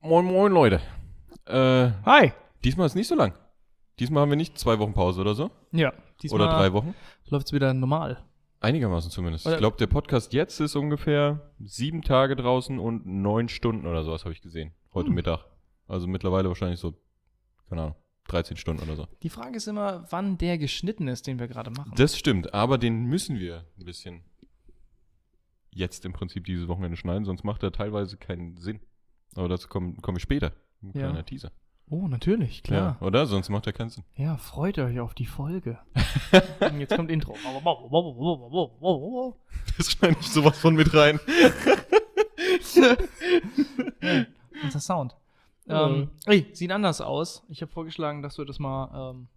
Moin, moin, Leute. Äh, Hi. diesmal ist nicht so lang. Diesmal haben wir nicht zwei Wochen Pause oder so. Ja, oder drei Wochen. läuft es wieder normal. Einigermaßen zumindest. Oder- Ich glaube, der Podcast jetzt ist ungefähr sieben Tage draußen und neun Stunden oder sowas habe ich gesehen. Heute Mittag. Also mittlerweile wahrscheinlich so, keine Ahnung, 13 Stunden oder so. Die Frage ist immer, wann der geschnitten ist, den wir gerade machen. Das stimmt, aber den müssen wir ein bisschen jetzt im Prinzip dieses Wochenende schneiden, sonst macht er teilweise keinen Sinn. Aber dazu komme komm ich später. Ein Ja. kleiner Teaser. oh, natürlich, klar. Ja, oder? Sonst macht er keinen Sinn. Ja. freut euch auf die Folge. Und jetzt kommt Intro. Das schneide ich sowas von mit rein. Unser Sound. Ähm, ey, sieht anders aus. Ich habe vorgeschlagen, dass wir das mal ähm,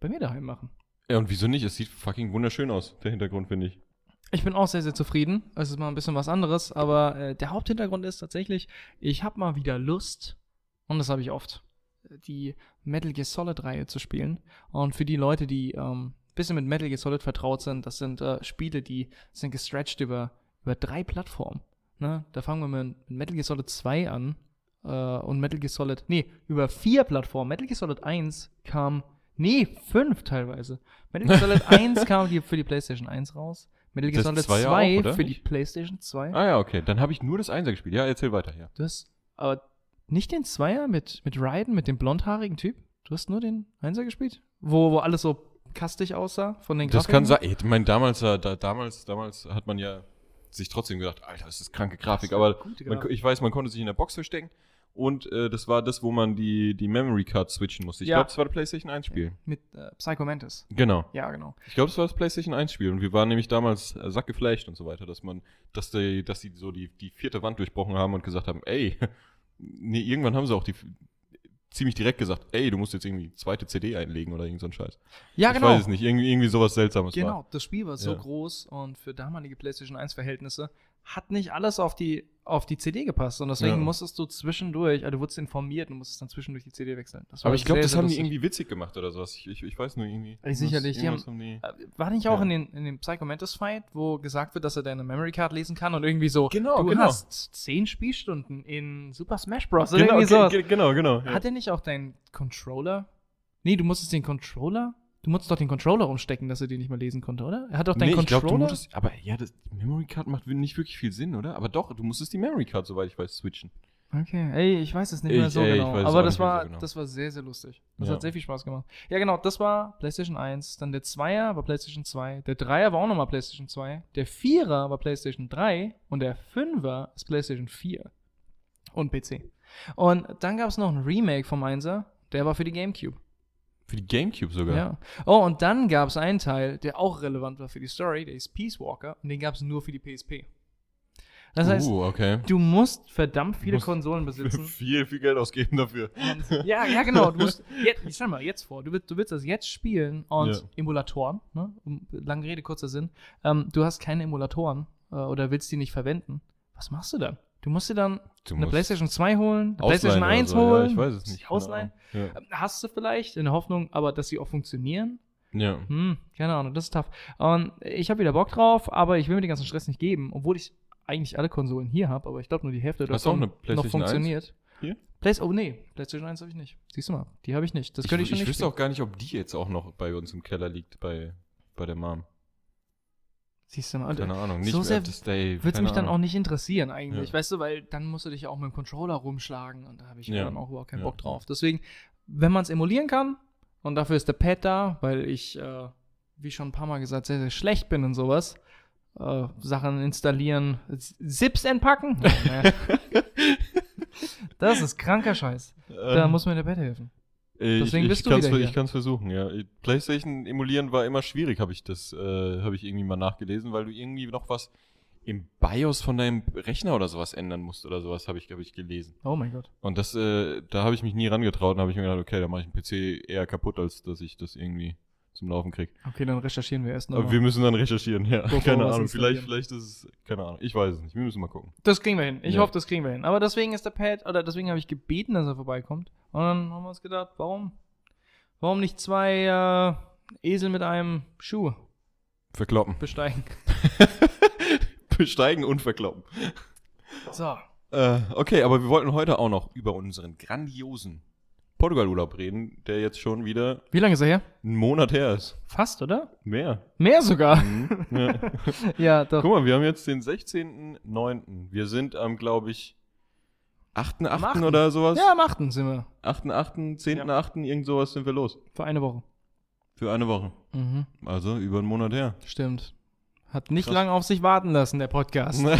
bei mir daheim machen. Ja, und wieso nicht? Es sieht fucking wunderschön aus, der Hintergrund, finde ich. Ich bin auch sehr, sehr zufrieden. Es ist mal ein bisschen was anderes, aber äh, der Haupthintergrund ist tatsächlich, ich habe mal wieder Lust, und das habe ich oft, die Metal Gear Solid-Reihe zu spielen. Und für die Leute, die ähm, ein bisschen mit Metal Gear Solid vertraut sind, das sind äh, Spiele, die sind gestretched über, über drei Plattformen. Ne? Da fangen wir mit mit Metal Gear Solid 2 an äh, und Metal Gear Solid, nee, über vier Plattformen. Metal Gear Solid 1 kam, nee, fünf teilweise. Metal Gear Solid 1 kam die, für die PlayStation 1 raus. Metal Gear Das Solid 2 zwei ja auch, oder? für die Nicht? PlayStation 2. Ah ja, okay. Dann habe ich nur das Einser gespielt. Ja, erzähl weiter, ja. Du hast aber nicht den Zweier mit, mit Raiden, mit dem blondhaarigen Typ? Du hast nur den Einser gespielt? Wo, wo alles so kastig aussah von den Das Grafiken? kann sein. Ey, Ich meine, damals, äh, da, damals, damals hat man ja sich trotzdem gedacht, Alter, ist das kranke Grafik. Das war Aber gute man, eh Grafik. ich weiß, man konnte sich in der Box verstecken. Und äh, das war das, wo man die, die Memory Card switchen musste. Ich Ja. glaube, das war das PlayStation 1 Spiel. Mit äh, Psycho Mantis. Genau. Ja, genau. Ich glaube, das war das PlayStation 1 Spiel. Und wir waren nämlich damals äh, sackgeflasht und so weiter, dass man, dass die, dass die so die, die vierte Wand durchbrochen haben und gesagt haben, ey, nee, irgendwann haben sie auch die ziemlich direkt gesagt, ey, du musst jetzt irgendwie zweite CD einlegen oder irgend so ein Scheiß. Ja, ich genau. weiß es nicht, irgendwie, irgendwie sowas Seltsames war. Genau, das Spiel war so Ja. groß und für damalige PlayStation 1 Verhältnisse hat nicht alles auf die, auf die CD gepasst und deswegen Ja. musstest du zwischendurch, also du wurdest informiert und musstest dann zwischendurch die CD wechseln. Das war Aber ich glaube, sehr, das sehr haben die lustig. irgendwie witzig gemacht oder sowas. Ich, ich, ich weiß nur irgendwie. Ey, sicherlich, die irgendwas haben die Äh, War nicht auch Ja. in, den, in dem Psycho Mantis Fight, wo gesagt wird, dass er deine Memory Card lesen kann und irgendwie so, Genau, du genau. hast zehn Spielstunden in Super Smash Bros. oder genau, also irgendwie sowas. ge- ge- genau, genau. Ja. Hat er nicht auch deinen Controller? Nee, du musstest den Controller? Du musstest doch den Controller umstecken, dass er den nicht mehr lesen konnte, oder? Er hat doch deinen Nee, ich glaube, du Controller. musstest, aber ja, das die Memory Card macht nicht wirklich viel Sinn, oder? Aber doch, du musstest die Memory Card, soweit ich weiß, switchen. okay, ey, ich weiß es nicht mehr Ich- so ey, ich genau. weiß es auch Aber das nicht mehr war, so genau. das war sehr, sehr lustig. Das Ja. hat sehr viel Spaß gemacht. Ja, genau, das war PlayStation 1. Dann der 2er war PlayStation 2. Der 3er war auch nochmal PlayStation 2. Der 4er war PlayStation 3. Und der 5er ist PlayStation 4. Und PC. Und dann gab es noch ein Remake vom 1er. Der war für die GameCube. Für die Gamecube sogar. Ja. Oh, und dann gab es einen Teil, der auch relevant war für die Story, der ist Peace Walker und den gab es nur für die PSP. Das heißt, uh, okay. du musst verdammt viele musst- Konsolen besitzen. viel, viel Geld ausgeben dafür. und, ja, ja, genau. Du musst, jetzt, stell dir mal jetzt vor, du willst, du willst das jetzt spielen und Ja. Emulatoren, ne? um, lange Rede, kurzer Sinn, ähm, du hast keine Emulatoren äh, oder willst die nicht verwenden. Was machst du dann? Du musst dir dann Du eine musst PlayStation 2 holen, eine Ausleihen PlayStation oder 1 so, holen. Ja, ich weiß es nicht. genau. keine Ausleihen. Ähm, Ahnung. Hast du vielleicht, in der Hoffnung, aber dass sie auch funktionieren. Ja. ja. Hm, keine Ahnung, das ist tough. Und ich habe wieder Bock drauf, aber ich will mir den ganzen Stress nicht geben, obwohl ich eigentlich alle Konsolen hier habe, aber ich glaube nur die Hälfte Hast du auch eine noch PlayStation 1? funktioniert. Hier? Plays oh nee, PlayStation 1 habe ich nicht. Siehst du mal, die habe ich nicht. Das Ich, könnte ich, ich, schon nicht. wüsste spielen. auch gar nicht, ob die jetzt auch noch bei uns im Keller liegt, bei, bei der Mom. Siehst du mal, Keine Ahnung. äh, so sehr ob das Day, würde es keine mich dann auch Ahnung. nicht interessieren eigentlich, Ja. weißt du, weil dann musst du dich auch mit dem Controller rumschlagen und da habe ich Ja. dann auch überhaupt keinen Ja. Bock drauf. Deswegen, wenn man es emulieren kann und dafür ist der Pad da, weil ich, äh, wie schon ein paar Mal gesagt, sehr, sehr schlecht bin in sowas, äh, Sachen installieren, Z- Zips entpacken, Oh, nee. das ist kranker Scheiß. Da Ähm, muss mir der Pad helfen. äh, deswegen ich, bist ich du kann's wieder ver- hier. Ich kann es versuchen, ja. PlayStation emulieren war immer schwierig, habe ich das, äh, habe ich irgendwie mal nachgelesen, weil du irgendwie noch was im BIOS von deinem Rechner oder sowas ändern musst oder sowas, habe ich, habe ich gelesen. Oh mein Gott. Und das, äh, da habe ich mich nie rangetraut und habe ich mir gedacht, okay, da mache ich einen PC eher kaputt, als dass ich das irgendwie zum Laufen kriege. Okay, dann recherchieren wir erst Aber noch. wir müssen dann recherchieren, ja. Bevor wir keine was Ahnung, vielleicht, installieren. vielleicht ist es, keine Ahnung, ich weiß es nicht, wir müssen mal gucken. Das kriegen wir hin. Ich Ja. hoffe, das kriegen wir hin. Aber deswegen ist der Pad, oder deswegen habe ich gebeten, dass er vorbeikommt. Und dann haben wir uns gedacht, warum? Warum nicht zwei äh, Esel mit einem Schuh Verkloppen. besteigen? Besteigen und verkloppen. So. Äh, okay, aber wir wollten heute auch noch über unseren grandiosen Portugal-Urlaub reden, der jetzt schon wieder Wie lange ist er her? einen Monat her ist. Fast, oder? Mehr. Mehr sogar. Mhm. Ja. ja, doch. Guck mal, wir haben jetzt den 16.09. Wir sind am, glaube ich, 8.8. Am oder sowas. Ja, am 8. sind wir. 8.8., 10.8., irgend sowas sind wir los. Für eine Woche. Für eine Woche. Mhm, Also über einen Monat her. stimmt. Hat nicht lange auf sich warten lassen, der Podcast. Ne?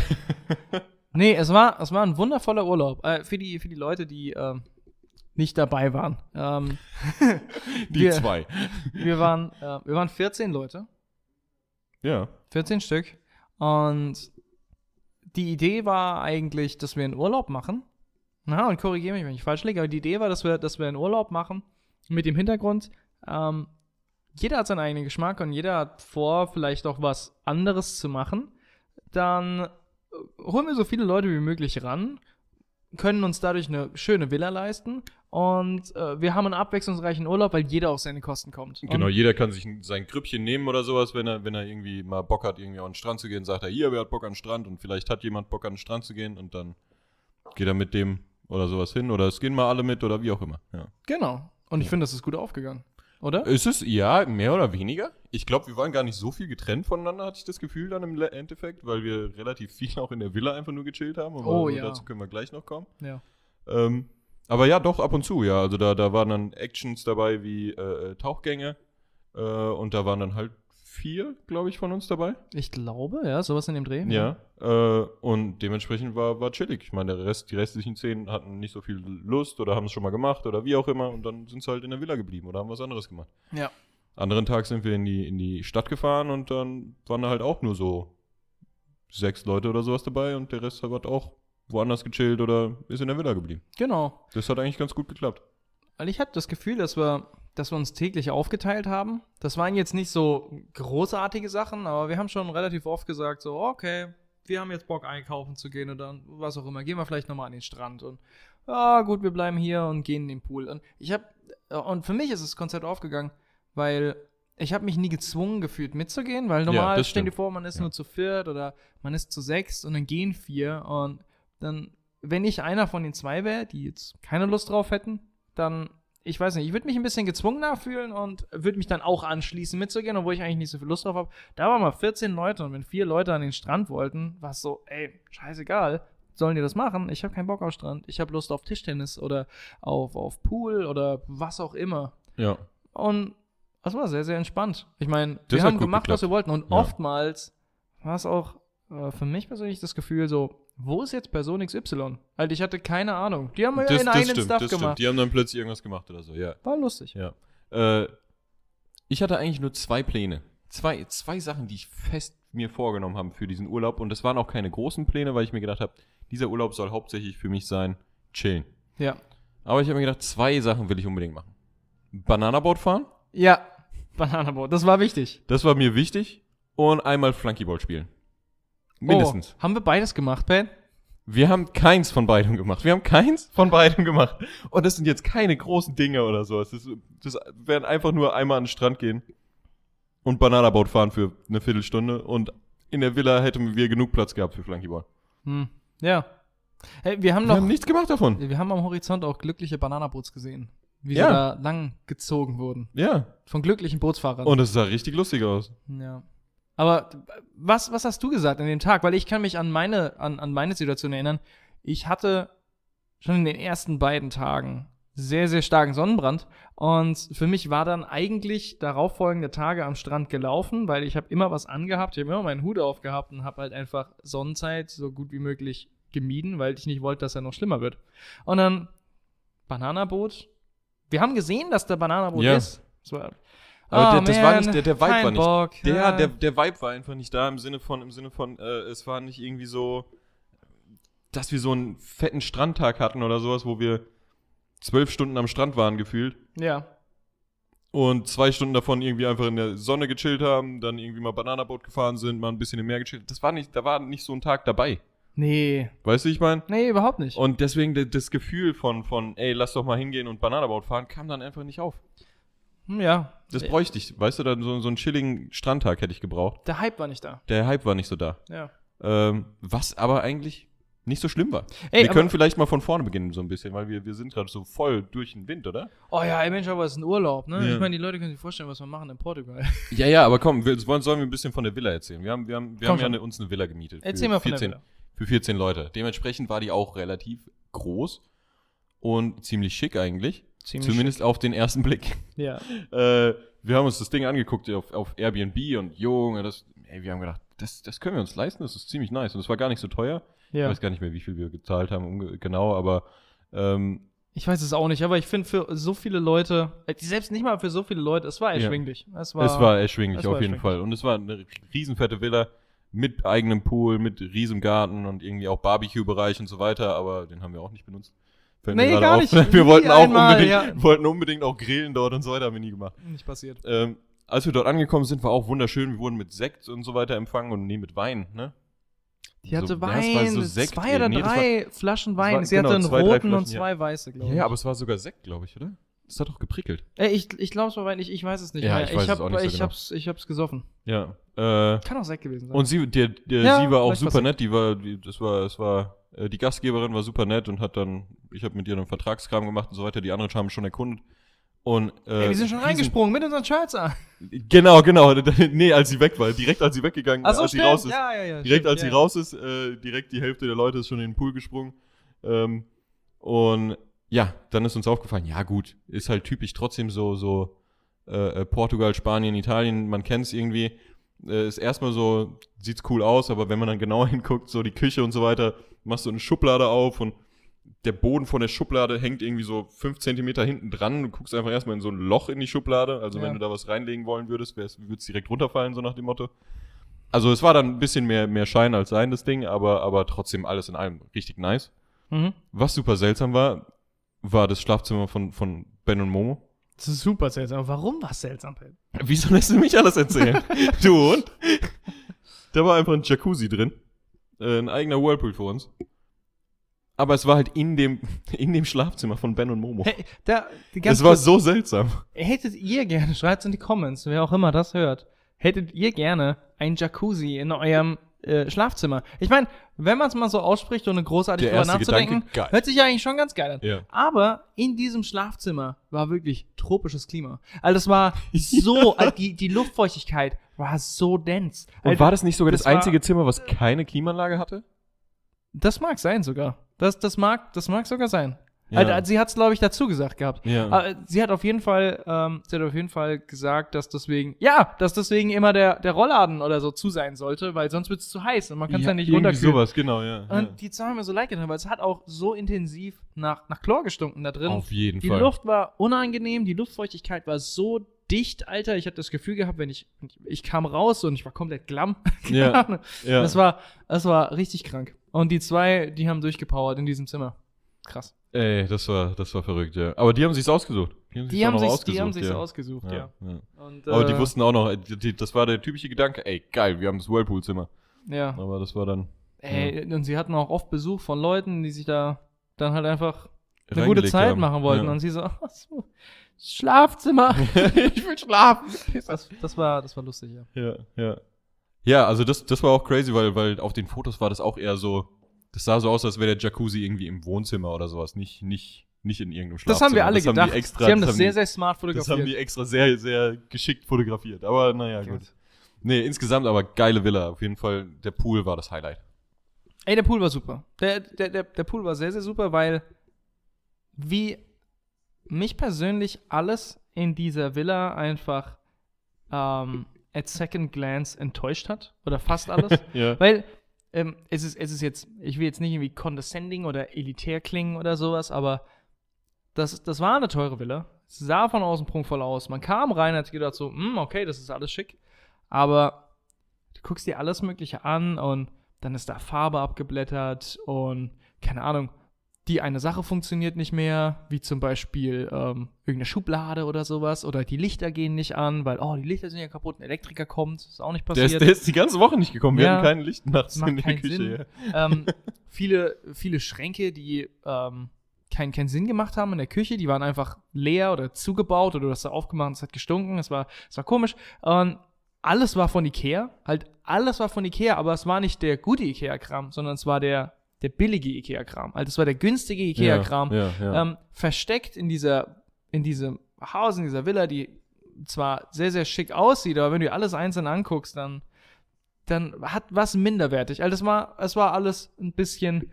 Nee, es war, es war ein wundervoller Urlaub. Äh, für, die, für die Leute, die ähm, nicht dabei waren. Ähm, Die Wir- zwei. wir, waren äh, wir waren 14 Leute. Ja. 14 Stück. Und die Idee war eigentlich, dass wir einen Urlaub machen. Na, und korrigiere mich, wenn ich falsch liege, aber die Idee war, dass wir, dass wir einen Urlaub machen mit dem Hintergrund, ähm, jeder hat seinen eigenen Geschmack und jeder hat vor, vielleicht auch was anderes zu machen. Dann äh, holen wir so viele Leute wie möglich ran, können uns dadurch eine schöne Villa leisten und äh, wir haben einen abwechslungsreichen Urlaub, weil jeder auf seine Kosten kommt. Genau, und, jeder kann sich ein- sein Grüppchen nehmen oder sowas, wenn er, wenn er irgendwie mal Bock hat, irgendwie an den Strand zu gehen, sagt er, hier, wer hat Bock an den Strand und vielleicht hat jemand Bock an den Strand zu gehen und dann geht er mit dem oder sowas hin oder es gehen mal alle mit oder wie auch immer. Ja. Äh, genau. Und ich finde, das ist gut aufgegangen, oder? Ist es, ja, mehr oder weniger. Ich glaube, wir waren gar nicht so viel getrennt voneinander, hatte ich das Gefühl dann im Le- Endeffekt, weil wir relativ viel auch in der Villa einfach nur gechillt haben. Aber Oh, ja. dazu können wir gleich noch kommen. Ja. Ähm, aber ja, doch, ab und zu, ja. Also da, da waren dann Actions dabei wie äh, äh, Tauchgänge äh, und da waren dann halt vier, glaube ich, von uns dabei. Ich glaube, ja, sowas in dem Dreh. Ja. Äh, und dementsprechend war, war chillig. Ich meine, der Rest, die restlichen zehn hatten nicht so viel Lust oder haben es schon mal gemacht oder wie auch immer und dann sind sie halt in der Villa geblieben oder haben was anderes gemacht. Ja. Anderen Tag sind wir in die, in die Stadt gefahren und dann waren da halt auch nur so sechs Leute oder sowas dabei und der Rest hat auch woanders gechillt oder ist in der Villa geblieben. Genau. Das hat eigentlich ganz gut geklappt. Weil ich hatte das Gefühl, dass wir, dass wir uns täglich aufgeteilt haben. Das waren jetzt nicht so großartige Sachen, aber wir haben schon relativ oft gesagt, so, okay, wir haben jetzt Bock einkaufen zu gehen oder was auch immer. Gehen wir vielleicht nochmal an den Strand und, ah, gut, wir bleiben hier und gehen in den Pool. Und ich habe, und für mich ist das Konzept aufgegangen, weil ich habe mich nie gezwungen gefühlt mitzugehen, weil Ja, normal das stehen die stimmt. vor, man ist Ja. nur zu viert oder man ist zu sechs und dann gehen vier und dann, wenn ich einer von den zwei wäre, die jetzt keine Lust drauf hätten, dann, ich weiß nicht, ich würde mich ein bisschen gezwungener fühlen und würde mich dann auch anschließen mitzugehen, obwohl ich eigentlich nicht so viel Lust drauf habe. Da waren mal 14 Leute und wenn vier Leute an den Strand wollten, war es so, ey, scheißegal, sollen die das machen? Ich habe keinen Bock auf Strand, ich habe Lust auf Tischtennis oder auf, auf Pool oder was auch immer. Ja. Und das war sehr, sehr entspannt. Ich meine, Das wir hat haben gut gemacht, was geklappt. wir wollten. Und Ja. oftmals war es auch äh, für mich persönlich das Gefühl so, wo ist jetzt Person XY? Also ich hatte keine Ahnung. Die haben ja ihren eigenen Stuff gemacht. Die haben dann plötzlich irgendwas gemacht oder so, ja. War lustig. ja. Äh, ich hatte eigentlich nur zwei Pläne. Zwei, zwei Sachen, die ich fest mir vorgenommen habe für diesen Urlaub. Und das waren auch keine großen Pläne, weil ich mir gedacht habe, dieser Urlaub soll hauptsächlich für mich sein, chillen. Ja. Aber ich habe mir gedacht, zwei Sachen will ich unbedingt machen. Bananaboot fahren, Ja. Bananaboot, das war wichtig. das war mir wichtig. Und einmal Flunkyball spielen. Mindestens. Oh, haben wir beides gemacht, Ben? Wir haben keins von beidem gemacht. Wir haben keins von beidem gemacht. Und das sind jetzt keine großen Dinge oder sowas. Das, das werden einfach nur einmal an den Strand gehen und Bananaboot fahren für eine Viertelstunde. Und in der Villa hätten wir genug Platz gehabt für Flankyball. Hm. Ja. Hey, wir haben Wir noch, haben nichts gemacht davon. wir haben am Horizont auch glückliche Bananaboots gesehen. Wie Ja. sie da lang gezogen wurden. Ja. Von glücklichen Bootsfahrern. Und es sah richtig lustig aus. Ja. Aber was, was hast du gesagt an dem Tag? Weil ich kann mich an meine, an, an meine Situation erinnern. Ich hatte schon in den ersten beiden Tagen sehr, sehr starken Sonnenbrand. Und für mich war dann eigentlich darauffolgende Tage am Strand gelaufen, weil ich habe immer was angehabt, ich habe immer meinen Hut aufgehabt und habe halt einfach Sonnenzeit so gut wie möglich gemieden, weil ich nicht wollte, dass er noch schlimmer wird. Und dann Bananaboot. Wir haben gesehen, dass der Bananaboot Ja. ist. Das war, Aber Oh, der- das war man, nicht- der- der Vibe kein war nicht- Bock. Der, ja. der, der Vibe war einfach nicht da im Sinne von, im Sinne von, äh, es war nicht irgendwie so, dass wir so einen fetten Strandtag hatten oder sowas, wo wir zwölf Stunden am Strand waren gefühlt. Ja. und zwei Stunden davon irgendwie einfach in der Sonne gechillt haben, dann irgendwie mal Bananaboot gefahren sind, mal ein bisschen im Meer gechillt. Das war nicht, da war nicht so ein Tag dabei. Nee. Weißt du, ich meine? Nee, überhaupt nicht. Und deswegen de- das Gefühl von, von, ey, lass doch mal hingehen und Bananaboot fahren, kam dann einfach nicht auf. Hm, ja. Das bräuchte ich. Weißt du, dann so, so einen chilligen Strandtag hätte ich gebraucht. der Hype war nicht da. Der Hype war nicht so da. Ja. Ähm, was aber eigentlich nicht so schlimm war. Ey, wir aber- können vielleicht mal von vorne beginnen, so ein bisschen, weil wir, wir sind gerade so voll durch den Wind, oder? Oh ja, ey Mensch, aber es ist ein Urlaub, ne? Ja. Ich meine, die Leute können sich vorstellen, was wir machen in Portugal. Ja, ja, aber komm, wir, wollen, sollen wir ein bisschen von der Villa erzählen? Wir haben, wir haben, wir Komm haben ja schon. eine, uns eine Villa gemietet. Erzähl mal von der 14, Villa. Für 14 Leute. Dementsprechend war die auch relativ groß und ziemlich schick eigentlich. Ziemlich Zumindest auf den ersten Blick. Ja. äh, wir haben uns das Ding angeguckt auf, auf Airbnb und Junge, das, ey, wir haben gedacht, das, das können wir uns leisten, das ist ziemlich nice. Und es war gar nicht so teuer. Ich ja. weiß gar nicht mehr, wie viel wir gezahlt haben, umge- genau, aber ähm, Ich weiß es auch nicht, aber ich finde für so viele Leute, äh, selbst nicht mal für so viele Leute, es war Ja. erschwinglich. Es war, es war erschwinglich es war auf jeden erschwinglich. Fall. Und es war eine riesenfette Villa mit eigenem Pool, mit riesigem Garten und irgendwie auch Barbecue-Bereich und so weiter, aber den haben wir auch nicht benutzt. Fällt mir Nee, gerade gar auf. nicht. Wir Nie wollten auch einmal, unbedingt, ja. wollten unbedingt auch grillen dort und so weiter, haben wir nie gemacht. nicht passiert. Ähm, als wir dort angekommen sind, war auch wunderschön. Wir wurden mit Sekt und so weiter empfangen und nee, mit Wein, ne? Die hatte So- ja, es war Wein, so Sekt, zwei oder nee, das war- drei Flaschen war- Wein. Sie genau, hatte einen zwei, drei roten und Flaschen, ja. zwei weiße, glaube Ja, ich. ja, aber es war sogar Sekt, glaube ich, oder? Das hat doch geprickelt. Ey, ich, ich glaube, es war Wein, ich, ich weiß es nicht Ja, mehr. ich weiß es hab, auch nicht so ich, genau. hab's, ich hab's gesoffen. Ja. Äh, Kann auch Sekt gewesen sein. und sie, der, der, Ne? Ja, sie war auch weiß, was super ich- nett. Die war, die, das war, es war, äh, die Gastgeberin war super nett und hat dann, ich habe mit ihr einen Vertragskram gemacht und so weiter. Die anderen haben schon erkundet. Und, äh, Ey, wir sind schon riesen- reingesprungen mit unseren Shirts an. Genau, genau. nee, als sie weg war. Direkt als sie weggegangen Ach so, als sie stimmt. raus ist. Ja, ja, ja. Direkt stimmt, als ja. sie raus ist, äh, direkt die Hälfte der Leute ist schon in den Pool gesprungen. Ähm, und ja, dann ist uns aufgefallen, ja gut, ist halt typisch trotzdem so, so äh, äh, Portugal, Spanien, Italien, man kennt es irgendwie. Äh, ist erstmal so, sieht's cool aus, aber wenn man dann genauer hinguckt, so die Küche und so weiter, machst du eine Schublade auf und der Boden von der Schublade hängt irgendwie so fünf Zentimeter hinten dran. Du guckst einfach erstmal in so ein Loch in die Schublade. Also Ja. wenn du da was reinlegen wollen würdest, würde es direkt runterfallen, so nach dem Motto. Also es war dann ein bisschen mehr, mehr Schein als Sein, das Ding, aber, aber trotzdem alles in allem richtig nice. Mhm. Was super seltsam war, war das Schlafzimmer von, von Ben und Momo. Das ist super seltsam. Warum war es seltsam, Pell? Wieso lässt du mich alles erzählen? du und? Da war einfach ein Jacuzzi drin. Äh, ein eigener Whirlpool für uns. Aber es war halt in dem, in dem Schlafzimmer von Ben und Momo. Hey, da, die ganze Es war so seltsam. Hättet ihr gerne, schreibt's in die Comments, wer auch immer das hört, hättet ihr gerne ein Jacuzzi in eurem äh, Schlafzimmer? Ich meine, wenn man es mal so ausspricht, ohne großartig Der drüber erste nachzudenken, Gedanke, geil. hört sich ja eigentlich schon ganz geil an. Ja. Aber in diesem Schlafzimmer war wirklich tropisches Klima. Also es war so, also die, die Luftfeuchtigkeit war so dense. Und Also, war das nicht sogar das, das war- einzige Zimmer, was keine Klimaanlage hatte? das mag sein sogar. Das, das, mag, das mag sogar sein. Ja. Also, ah, sie hat es, glaube ich, dazu gesagt gehabt. Ja. Aber sie hat auf jeden Fall, ähm, sie hat auf jeden Fall gesagt, dass deswegen, ja, dass deswegen immer der, der Rollladen oder so zu sein sollte, weil sonst wird es zu heiß und man kann es ja, nicht irgendwie runterkühlen. sowas, genau, ja. Und die Zahlen haben mir so leid getan, weil es hat auch so intensiv nach, nach Chlor gestunken da ja. drin. Auf jeden die Fall. Luft war unangenehm, die Luftfeuchtigkeit war so dicht, Alter. Ich hatte das Gefühl gehabt, wenn ich, ich kam raus und ich war komplett glamm. Keine Ja, Ahnung. ja. Das war, das war richtig krank. Und die zwei, die haben durchgepowert in diesem Zimmer. Krass. Ey, das war, das war verrückt, ja. Aber die haben sich's ausgesucht. Die haben, auch noch sich, die haben ausgesucht, sich's ausgesucht, ja. ja. ja. Und, Aber äh, die wussten auch noch, äh, die, die, das war der typische Gedanke, ey, geil, wir haben das Whirlpool-Zimmer. Ja. Aber das war dann Ey, und sie hatten auch oft Besuch von Leuten, die sich da dann halt einfach eine reingelegt gute Zeit haben. machen wollten. Ja. Und sie so, "Ach so, Schlafzimmer, ich will schlafen. Das, das, war, das war lustig, ja. Ja, ja. Ja, also das, das war auch crazy, weil, weil auf den Fotos war das auch eher so, das sah so aus, als wäre der Jacuzzi irgendwie im Wohnzimmer oder sowas, nicht, nicht, nicht in irgendeinem Schlafzimmer. Das haben wir alle die gedacht. extra, sie haben das, die- sehr, sehr smart Das haben die fotografiert. extra sehr, sehr geschickt fotografiert. Aber naja, gut. Nee, insgesamt aber geile Villa. Auf jeden Fall, der Pool war das Highlight. Ey, der Pool war super. Der, der, der, der Pool war sehr, sehr super, weil wie mich persönlich alles in dieser Villa einfach ähm, at second glance enttäuscht hat. Oder fast alles. Ja. Weil ähm, es, ist, es ist jetzt, ich will jetzt nicht irgendwie condescending oder elitär klingen oder sowas, aber das, das war eine teure Villa. Es sah von außen prunkvoll aus. Man kam rein, hat gedacht so, hm, okay, das ist alles schick. Aber du guckst dir alles Mögliche an und dann ist da Farbe abgeblättert und keine Ahnung, die eine Sache funktioniert nicht mehr, wie zum Beispiel ähm, irgendeine Schublade oder sowas oder die Lichter gehen nicht an, weil, oh, die Lichter sind ja kaputt, ein Elektriker kommt, ist auch nicht Der passiert. ist, der ist die ganze Woche nicht gekommen. Wir Ja. hatten kein Licht nachts Macht in der keinen Küche. Sinn. Ja. ähm, viele, viele Schränke, die ähm, keinen, keinen Sinn gemacht haben in der Küche, die waren einfach leer oder zugebaut oder du hast da aufgemacht und es hat gestunken, es war, es war komisch. Und alles war von Ikea, halt alles war von Ikea, aber es war nicht der gute Ikea-Kram, sondern es war der der billige Ikea-Kram. Also das war der günstige ja, Ikea-Kram, Ja, ja. ähm, versteckt in dieser, in diesem Haus, in dieser Villa, die zwar sehr, sehr schick aussieht, aber wenn du dir alles einzeln anguckst, dann, dann hat was minderwertig. Also es war, es war alles ein bisschen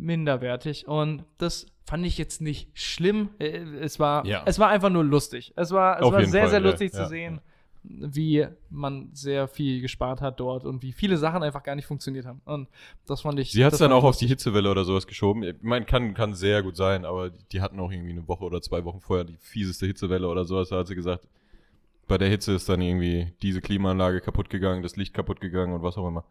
minderwertig und das fand ich jetzt nicht schlimm. Äh, Es war, Ja. es war einfach nur lustig. Es war, es Auf war jeden sehr, Fall, sehr ja, lustig zu ja, sehen, wie man sehr viel gespart hat dort und wie viele Sachen einfach gar nicht funktioniert haben. Und das fand ich. Sie hat es das dann fand auch auf die Hitzewelle oder sowas geschoben. Ich meine, kann, kann sehr gut sein, aber die hatten auch irgendwie eine Woche oder zwei Wochen vorher die fieseste Hitzewelle oder sowas. Da hat sie gesagt, bei der Hitze ist dann irgendwie diese Klimaanlage kaputt gegangen, das Licht kaputt gegangen und was auch immer.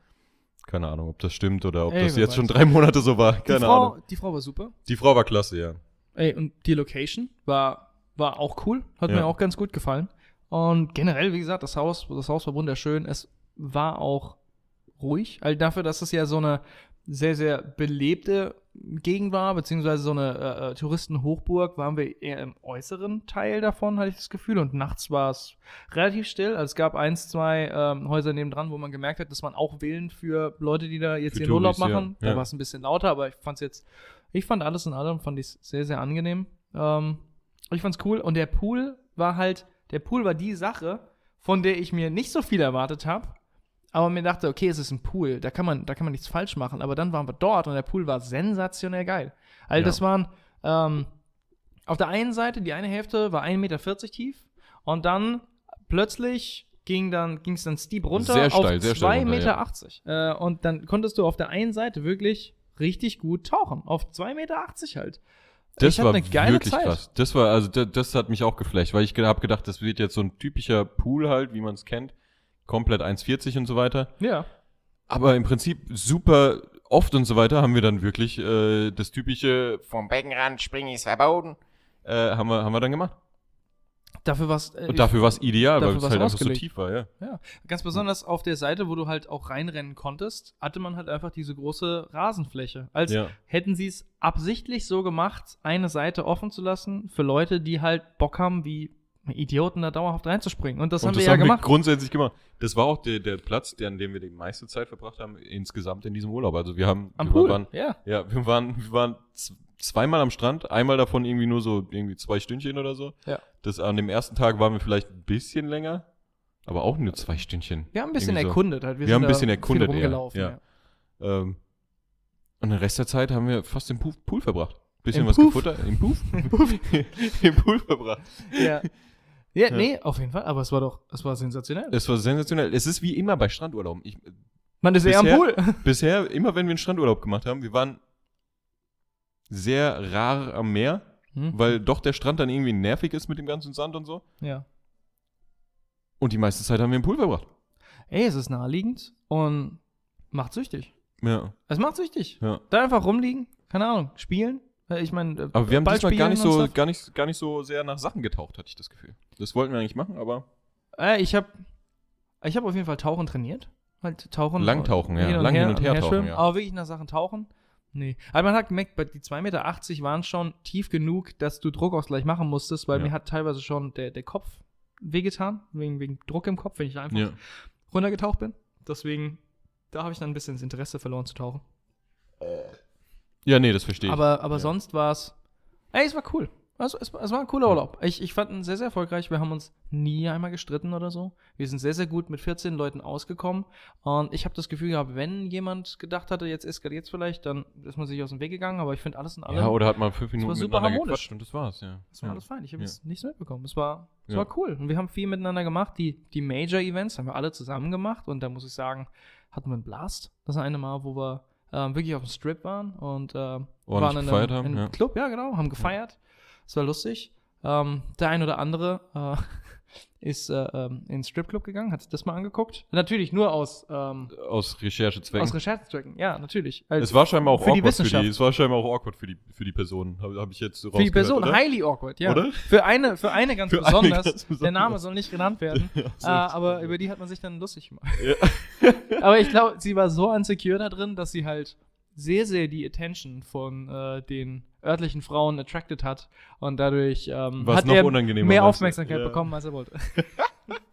Keine Ahnung, ob das stimmt oder ob Ey, das wer jetzt weiß. schon drei Monate so war. die Keine Frau, Ahnung. die Frau war super. Die Frau war klasse, ja. Ey, und die Location war, war auch cool, hat Ja. mir auch ganz gut gefallen. Und generell, wie gesagt, das Haus, das Haus war wunderschön. Es war auch ruhig. Also dafür, dass es ja so eine sehr, sehr belebte Gegend war, beziehungsweise so eine äh, äh, Touristenhochburg, waren wir eher im äußeren Teil davon, hatte ich das Gefühl. Und nachts war es relativ still. Also es gab eins, zwei ähm, Häuser nebendran, wo man gemerkt hat, das waren auch Villen für Leute, die da jetzt Für ihren Urlaub Touris, ja. machen. Da Ja. war es ein bisschen lauter, aber ich fand es jetzt, ich fand alles in allem, fand ich sehr, sehr angenehm. Ähm, ich fand's cool. Und der Pool war halt, der Pool war die Sache, von der ich mir nicht so viel erwartet habe. Aber mir dachte, okay, es ist ein Pool, da kann man, da kann man nichts falsch machen. Aber dann waren wir dort und der Pool war sensationell geil. Also Ja. das waren ähm, auf der einen Seite, die eine Hälfte war 1,40 Meter tief und dann plötzlich ging dann ging es dann steep runter Sehr auf steil, sehr steil 2,80 runter, Meter. ja. Äh, und dann konntest du auf der einen Seite wirklich richtig gut tauchen. Auf 2,80 Meter halt. Das ich hatte war eine geile wirklich Zeit. krass. Das war, also das, das hat mich auch geflasht, weil ich habe gedacht, das wird jetzt so ein typischer Pool halt, wie man es kennt. Komplett 1,40 und so weiter. Ja. Aber im Prinzip super oft und so weiter haben wir dann wirklich äh, das typische vom Beckenrand springen ist verboten. Äh, haben, wir, haben wir dann gemacht. Dafür war's. äh, Und dafür war es ideal, dafür weil es war's halt einfach so ausgelegt. tief war, ja. Ganz besonders auf der Seite, wo du halt auch reinrennen konntest, hatte man halt einfach diese große Rasenfläche. Als ja. hätten sie es absichtlich so gemacht, eine Seite offen zu lassen für Leute, die halt Bock haben, wie Idioten da dauerhaft reinzuspringen. Und das haben und das wir haben ja wir gemacht. grundsätzlich gemacht. Das war auch der, der Platz, der, an dem wir die meiste Zeit verbracht haben, insgesamt in diesem Urlaub. Also wir haben Am wir Pool. waren, ja. ja, wir waren, wir waren z- zweimal am Strand, einmal davon irgendwie nur so irgendwie zwei Stündchen oder so. Ja. Das an dem ersten Tag waren wir vielleicht ein bisschen länger, aber auch nur zwei Stündchen. Wir haben ein bisschen Irgendwie so. erkundet. Halt. Wir sind haben ein da bisschen viel erkundet eher, rumgelaufen. ja. ja. Ähm, und den Rest der Zeit haben wir fast im Pool, Pool verbracht. Bisschen Im was Puff? gefuttert. Im Pool? Im Pool verbracht. Ja. ja. nee, auf jeden Fall. Aber es war doch, es war sensationell. Es war sensationell. Es ist wie immer bei Strandurlauben. Ich, Man ist eher am bisher- Pool. bisher, immer wenn wir einen Strandurlaub gemacht haben, wir waren sehr rar am Meer, Hm? weil doch der Strand dann irgendwie nervig ist mit dem ganzen Sand und so. Ja. Und die meiste Zeit haben wir im Pool verbracht. Ey, es ist naheliegend und macht süchtig. Ja. Es macht süchtig. Ja. Da einfach rumliegen, keine Ahnung, spielen. Äh, Ich meine, äh, Aber wir haben Ball diesmal gar spielen nicht, und so, stuff. gar, nicht, gar nicht so sehr nach Sachen getaucht, hatte ich das Gefühl. Das wollten wir eigentlich machen, aber Äh, ich habe ich hab auf jeden Fall Tauchen trainiert. Halt tauchen. Langtauchen, ja. Hin und Lang her, hin und her tauchen, schwimmen. ja. Aber wirklich nach Sachen tauchen? Nee. Aber man hat gemerkt, bei- die 2,80 Meter waren schon tief genug, dass du Druckausgleich machen musstest, weil Ja. mir hat teilweise schon der, der Kopf wehgetan, wegen, wegen Druck im Kopf, wenn ich einfach runtergetaucht bin. Deswegen, da habe ich dann ein bisschen das Interesse verloren zu tauchen. Ja, nee, das verstehe ich. Aber, aber Ja. sonst war es. Ey, es war cool. Also, es, war- es war ein cooler Urlaub. Ich, ich fand ihn sehr, sehr erfolgreich. Wir haben uns nie einmal gestritten oder so. Wir sind sehr, sehr gut mit 14 Leuten ausgekommen. Und ich habe das Gefühl gehabt, wenn jemand gedacht hatte, jetzt eskaliert es vielleicht, dann ist man sich aus dem Weg gegangen. Aber ich finde alles in allem. ja, oder hat mal fünf war Minuten super miteinander harmonisch. gequatscht und das war's, ja. Es war ja. alles fein. Ich habe Ja. jetzt nichts mitbekommen. Es war, es Ja. war cool. Und wir haben viel miteinander gemacht. Die, die Major-Events haben wir alle zusammen gemacht. Und da muss ich sagen, hatten wir einen Blast. Das eine Mal, wo wir ähm, wirklich auf dem Strip waren und ähm, waren in einem, gefeiert haben, in einem ja. Club, ja genau, haben gefeiert. Es war lustig. Ähm, der ein oder andere äh, ist äh, ähm, in den Stripclub gegangen, hat sich das mal angeguckt. Natürlich nur aus, ähm, Aus Recherchezwecken. aus Recherchezwecken. Ja, natürlich. es war scheinbar auch für die awkward für Wissenschaft. die, es war scheinbar auch awkward für die, für die Person, habe hab ich jetzt so für die rausgehört, Person, oder? highly awkward, ja. Oder? Für eine, für eine ganz Für eine besonders. ganz Der Name besonders. soll nicht genannt werden. Ja, Äh, so. aber über die hat man sich dann lustig gemacht. aber ich glaube, sie war so insecure da drin, dass sie halt sehr, sehr die Attention von äh, den örtlichen Frauen attracted hat. Und dadurch ähm, Was hat noch er unangenehmer mehr meinst du? Aufmerksamkeit Ja. bekommen, als er wollte.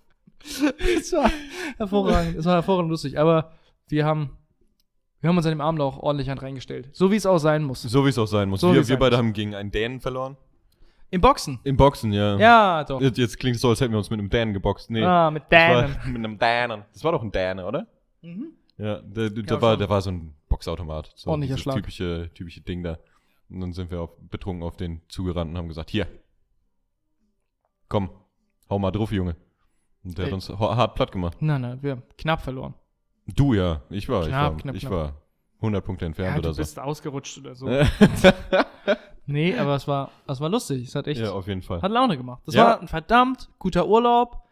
es war hervorragend, es war hervorragend lustig. Aber wir haben Wir haben uns an dem Abend auch ordentlich an reingestellt. So wie es auch sein muss. So wie es auch sein muss. So wie wir es wir sein beide muss. haben gegen einen Dänen verloren. Im Boxen. Im Boxen, ja. Ja, doch. Jetzt, jetzt klingt es so, als hätten wir uns mit einem Dänen geboxt. Nee. Ah, mit Dänen. Das war, mit einem Dänen. Das war doch ein Däne, oder? Mhm. Ja, der, der, Glaub war, schon. der war so ein Boxautomat. So Ordentlicher dieses Schlag. Typische, typische Ding da. Und dann sind wir auf, betrunken auf den zugerannt und haben gesagt, hier, komm, hau mal drauf, Junge. Und der Ey. hat uns ho- hart platt gemacht. Nein, nein, wir haben knapp verloren. Du ja, ich war, ich war, Knapp, knapp, ich knapp. war 100 Punkte entfernt Ja, du oder so. bist ausgerutscht oder so. nee, aber es war, es war lustig. Es hat echt ja, auf jeden Fall. hat Laune gemacht. Das Ja. war ein verdammt guter Urlaub.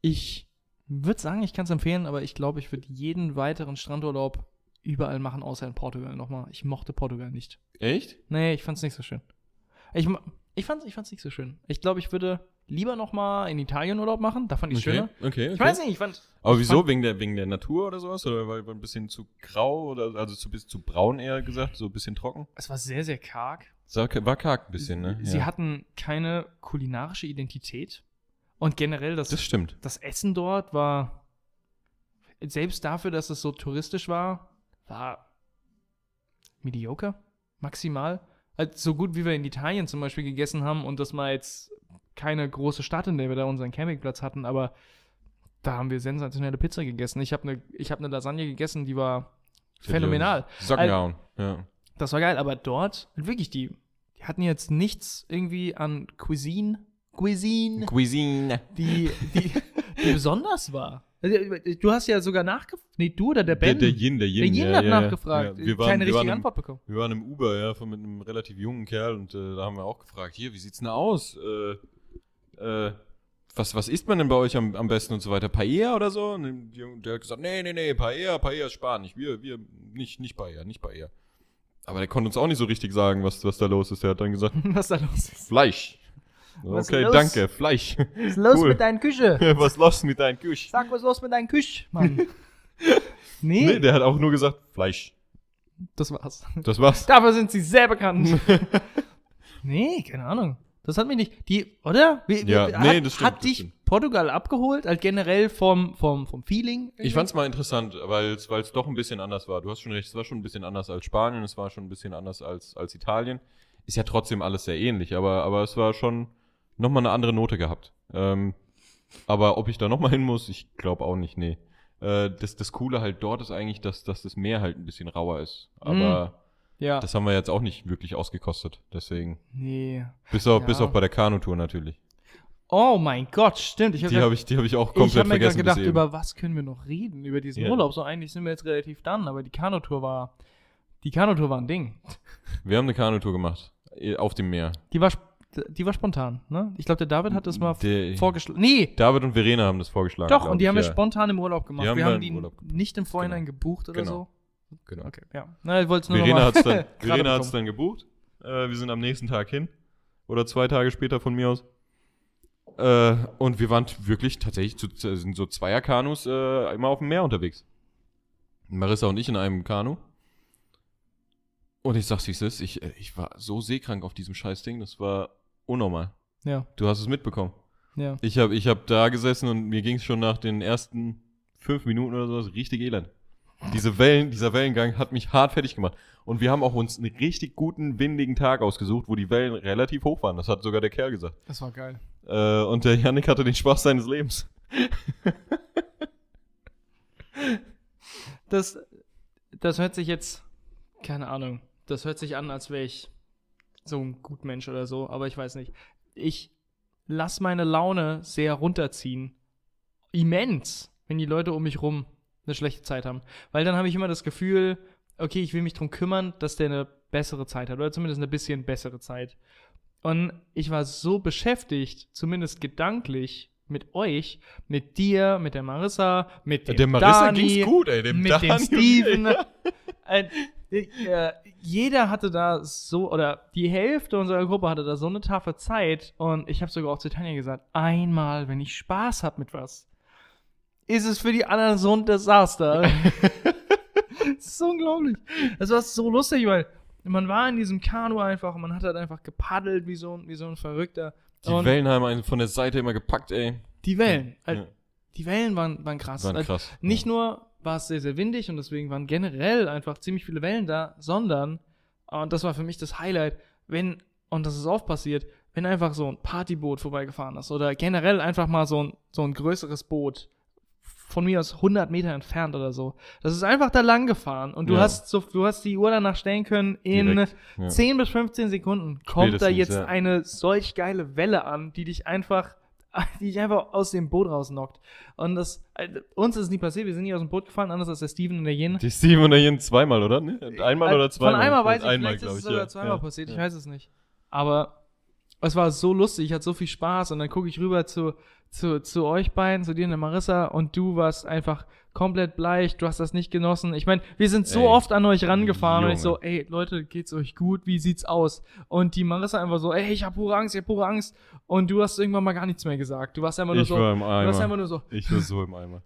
Ich würde sagen, ich kann es empfehlen, aber ich glaube, ich würde jeden weiteren Strandurlaub überall machen, außer in Portugal nochmal. Ich mochte Portugal nicht. Echt? Nee, ich fand's nicht so schön. Ich, ma- ich fand's, ich fand's nicht so schön. Ich glaube, ich würde lieber nochmal in Italien Urlaub machen. Da fand ich Okay, schöner. okay, okay. Ich weiß nicht, ich fand. Aber wieso? fand- Wegen der, wegen der Natur oder sowas? Oder weil war ein bisschen zu grau oder also zu, bisschen zu braun eher gesagt, so ein bisschen trocken? Es war sehr, sehr karg. Sah- War karg ein bisschen, ne? Sie ja. hatten keine kulinarische Identität. Und generell das, das stimmt. das Essen dort war, selbst dafür, dass es so touristisch war, war mediocre, maximal. Also so gut, wie wir in Italien zum Beispiel gegessen haben und das war jetzt keine große Stadt, in der wir da unseren Campingplatz hatten, aber da haben wir sensationelle Pizza gegessen. Ich habe eine hab ne Lasagne gegessen, die war phänomenal. Socken Al- down. Ja. Das war geil, aber dort, wirklich, die, die hatten jetzt nichts irgendwie an Cuisine, Cuisine, Cuisine. die, die, die besonders war. Also, Du hast ja sogar nachgefragt. Nee, du oder der Der, Ben. der Yin, der Yin. Der Yin ja, hat ja, ja. nachgefragt. Ja, wir waren, Keine wir waren richtige im, Antwort bekommen. Wir waren im Uber, ja, von, mit einem relativ jungen Kerl und äh, da haben wir auch gefragt, hier, wie sieht's denn aus? Äh, äh, was, was isst man denn bei euch am, am besten und so weiter? Paella oder so? Und der, der hat gesagt, nee, nee, nee, Paella, Paella ist Spanisch. Wir, wir, nicht, nicht Paella, nicht Paella. Aber der konnte uns auch nicht so richtig sagen, was, was da los ist. Der hat dann gesagt, Was da los ist. Fleisch. Was okay, los? danke, Fleisch. Was ist los Cool. mit deiner Küche? was los mit deinem Kusch? Sag, was ist los mit deiner Küche, Mann? Nee, Nee, der hat auch nur gesagt, Fleisch. das war's. Das war's. Dafür sind sie sehr bekannt. nee, keine Ahnung. Das hat mich nicht. Die, oder? Wie, wie- Ja, hat, nee, das stimmt, Hat das dich stimmt. Portugal abgeholt, halt generell vom, vom, vom Feeling? Ich fand's mal interessant, weil es doch ein bisschen anders war. Du hast schon recht, es war schon ein bisschen anders als Spanien, es war schon ein bisschen anders als, als Italien. Ist ja trotzdem alles sehr ähnlich, aber, aber es war schon nochmal eine andere Note gehabt. Ähm, aber ob ich da nochmal hin muss, ich glaube auch nicht, nee. Äh, das, das Coole halt dort ist eigentlich, dass, dass das Meer halt ein bisschen rauer ist. Aber Mhm. Ja. das haben wir jetzt auch nicht wirklich ausgekostet, deswegen. nee. Bis auf, Ja. bis auf bei der Kanutour natürlich. Oh mein Gott, stimmt. Ich hab Die grad- habe ich, die hab ich auch Ich komplett habe mir gerade vergessen. bis gedacht, eben. über was können wir noch reden? Über diesen Ja. Urlaub. So eigentlich sind wir jetzt relativ dran, aber die Kanutour war, die Kanutour war ein Ding. wir haben eine Kanutour gemacht. eh, Auf dem Meer. Die war, sp- die war spontan. Ne? Ich glaube, der David hat das mal Der- vorgeschlagen. Nee, David und Verena haben das vorgeschlagen. doch. glaub Und die ich, haben wir ja. spontan im Urlaub gemacht. haben wir wir haben im die Urlaub nicht im Vorhinein gebucht oder Genau. so. Genau. Okay, ja. Na, ich wollte es nur Verena nochmal hat es dann, Genau. gerade Verena hat's dann bekommen. gebucht. Äh, wir sind am nächsten Tag hin. Oder zwei Tage später von mir aus. Äh, und wir waren t- wirklich tatsächlich zu, zu- sind so Zweierkanus äh, immer auf dem Meer unterwegs. Marissa und ich in einem Kanu. Und ich sag's, wie es ist. Ich, äh, ich war so seekrank auf diesem Scheißding. Das war unnormal. Ja, Du hast es mitbekommen. ja. Ich habe ich hab da gesessen und mir ging es schon nach den ersten fünf Minuten oder sowas richtig elend. Diese Wellen, dieser Wellengang hat mich hart fertig gemacht. Und wir haben auch uns einen richtig guten, windigen Tag ausgesucht, wo die Wellen relativ hoch waren. Das hat sogar der Kerl gesagt. Das war geil. Äh, und der Yannick hatte den Spaß seines Lebens. Das, das hört sich jetzt, keine Ahnung, das hört sich an, als wäre ich so ein gut Mensch oder so, aber ich weiß nicht. Ich lass meine Laune sehr runterziehen. Immens, wenn die Leute um mich rum eine schlechte Zeit haben. Weil dann habe ich immer das Gefühl, okay, ich will mich drum kümmern, dass der eine bessere Zeit hat oder zumindest eine bisschen bessere Zeit. Und ich war so beschäftigt, zumindest gedanklich, mit euch, mit dir, mit der Marissa, mit Äh, dem Dani, gut, ey. Dem mit dem Dani- Steven. Äh, äh, jeder hatte da so, oder die Hälfte unserer Gruppe hatte da so eine taffe Zeit. Und ich habe sogar auch zu Tanja gesagt, einmal, wenn ich Spaß hab mit was, ist es für die anderen so ein Desaster. das ist unglaublich. Das war so lustig, weil man war in diesem Kanu einfach und man hat halt einfach gepaddelt wie so, ein- wie so ein Verrückter. Die und Wellen haben einen von der Seite immer gepackt, ey. die Wellen. Äh, Ja, Die Wellen waren, waren krass. waren Äh, krass. nicht ja. nur war es sehr, sehr windig und deswegen waren generell einfach ziemlich viele Wellen da, sondern, und das war für mich das Highlight, wenn, und das ist oft passiert, wenn einfach so ein Partyboot vorbeigefahren ist oder generell einfach mal so ein, so ein größeres Boot von mir aus 100 Meter entfernt oder so. Das ist einfach da lang gefahren und du Ja. hast so, du hast die Uhr danach stellen können in Direkt, ja. 10 bis 15 Sekunden kommt da Spätestens, jetzt ja. eine solch geile Welle an, die dich einfach, die dich einfach aus dem Boot rausnockt. Und das, äh, uns ist nie passiert, wir sind nie aus dem Boot gefallen, anders als der Steven und der Jen. Die Steven und der Jen zweimal, oder? Ne? Einmal oder zweimal? Äh, Von einmal weiß ich, einmal, vielleicht ist glaub es sogar ja. zweimal ja. passiert, ich ja. weiß es nicht. Aber es war so lustig, ich hatte so viel Spaß und dann gucke ich rüber zu, zu, zu euch beiden, zu dir und der Marissa und du warst einfach komplett bleich, du hast das nicht genossen. Ich meine, wir sind so Ey, oft an euch rangefahren und ich Junge. so, ey Leute, geht's euch gut, wie sieht's aus? Und die Marissa einfach so, ey, ich hab pure Angst, ich hab pure Angst. Und du hast irgendwann mal gar nichts mehr gesagt. Du warst einfach nur Ich so, war im du warst einfach Eimer. nur so, Ich war so im Eimer.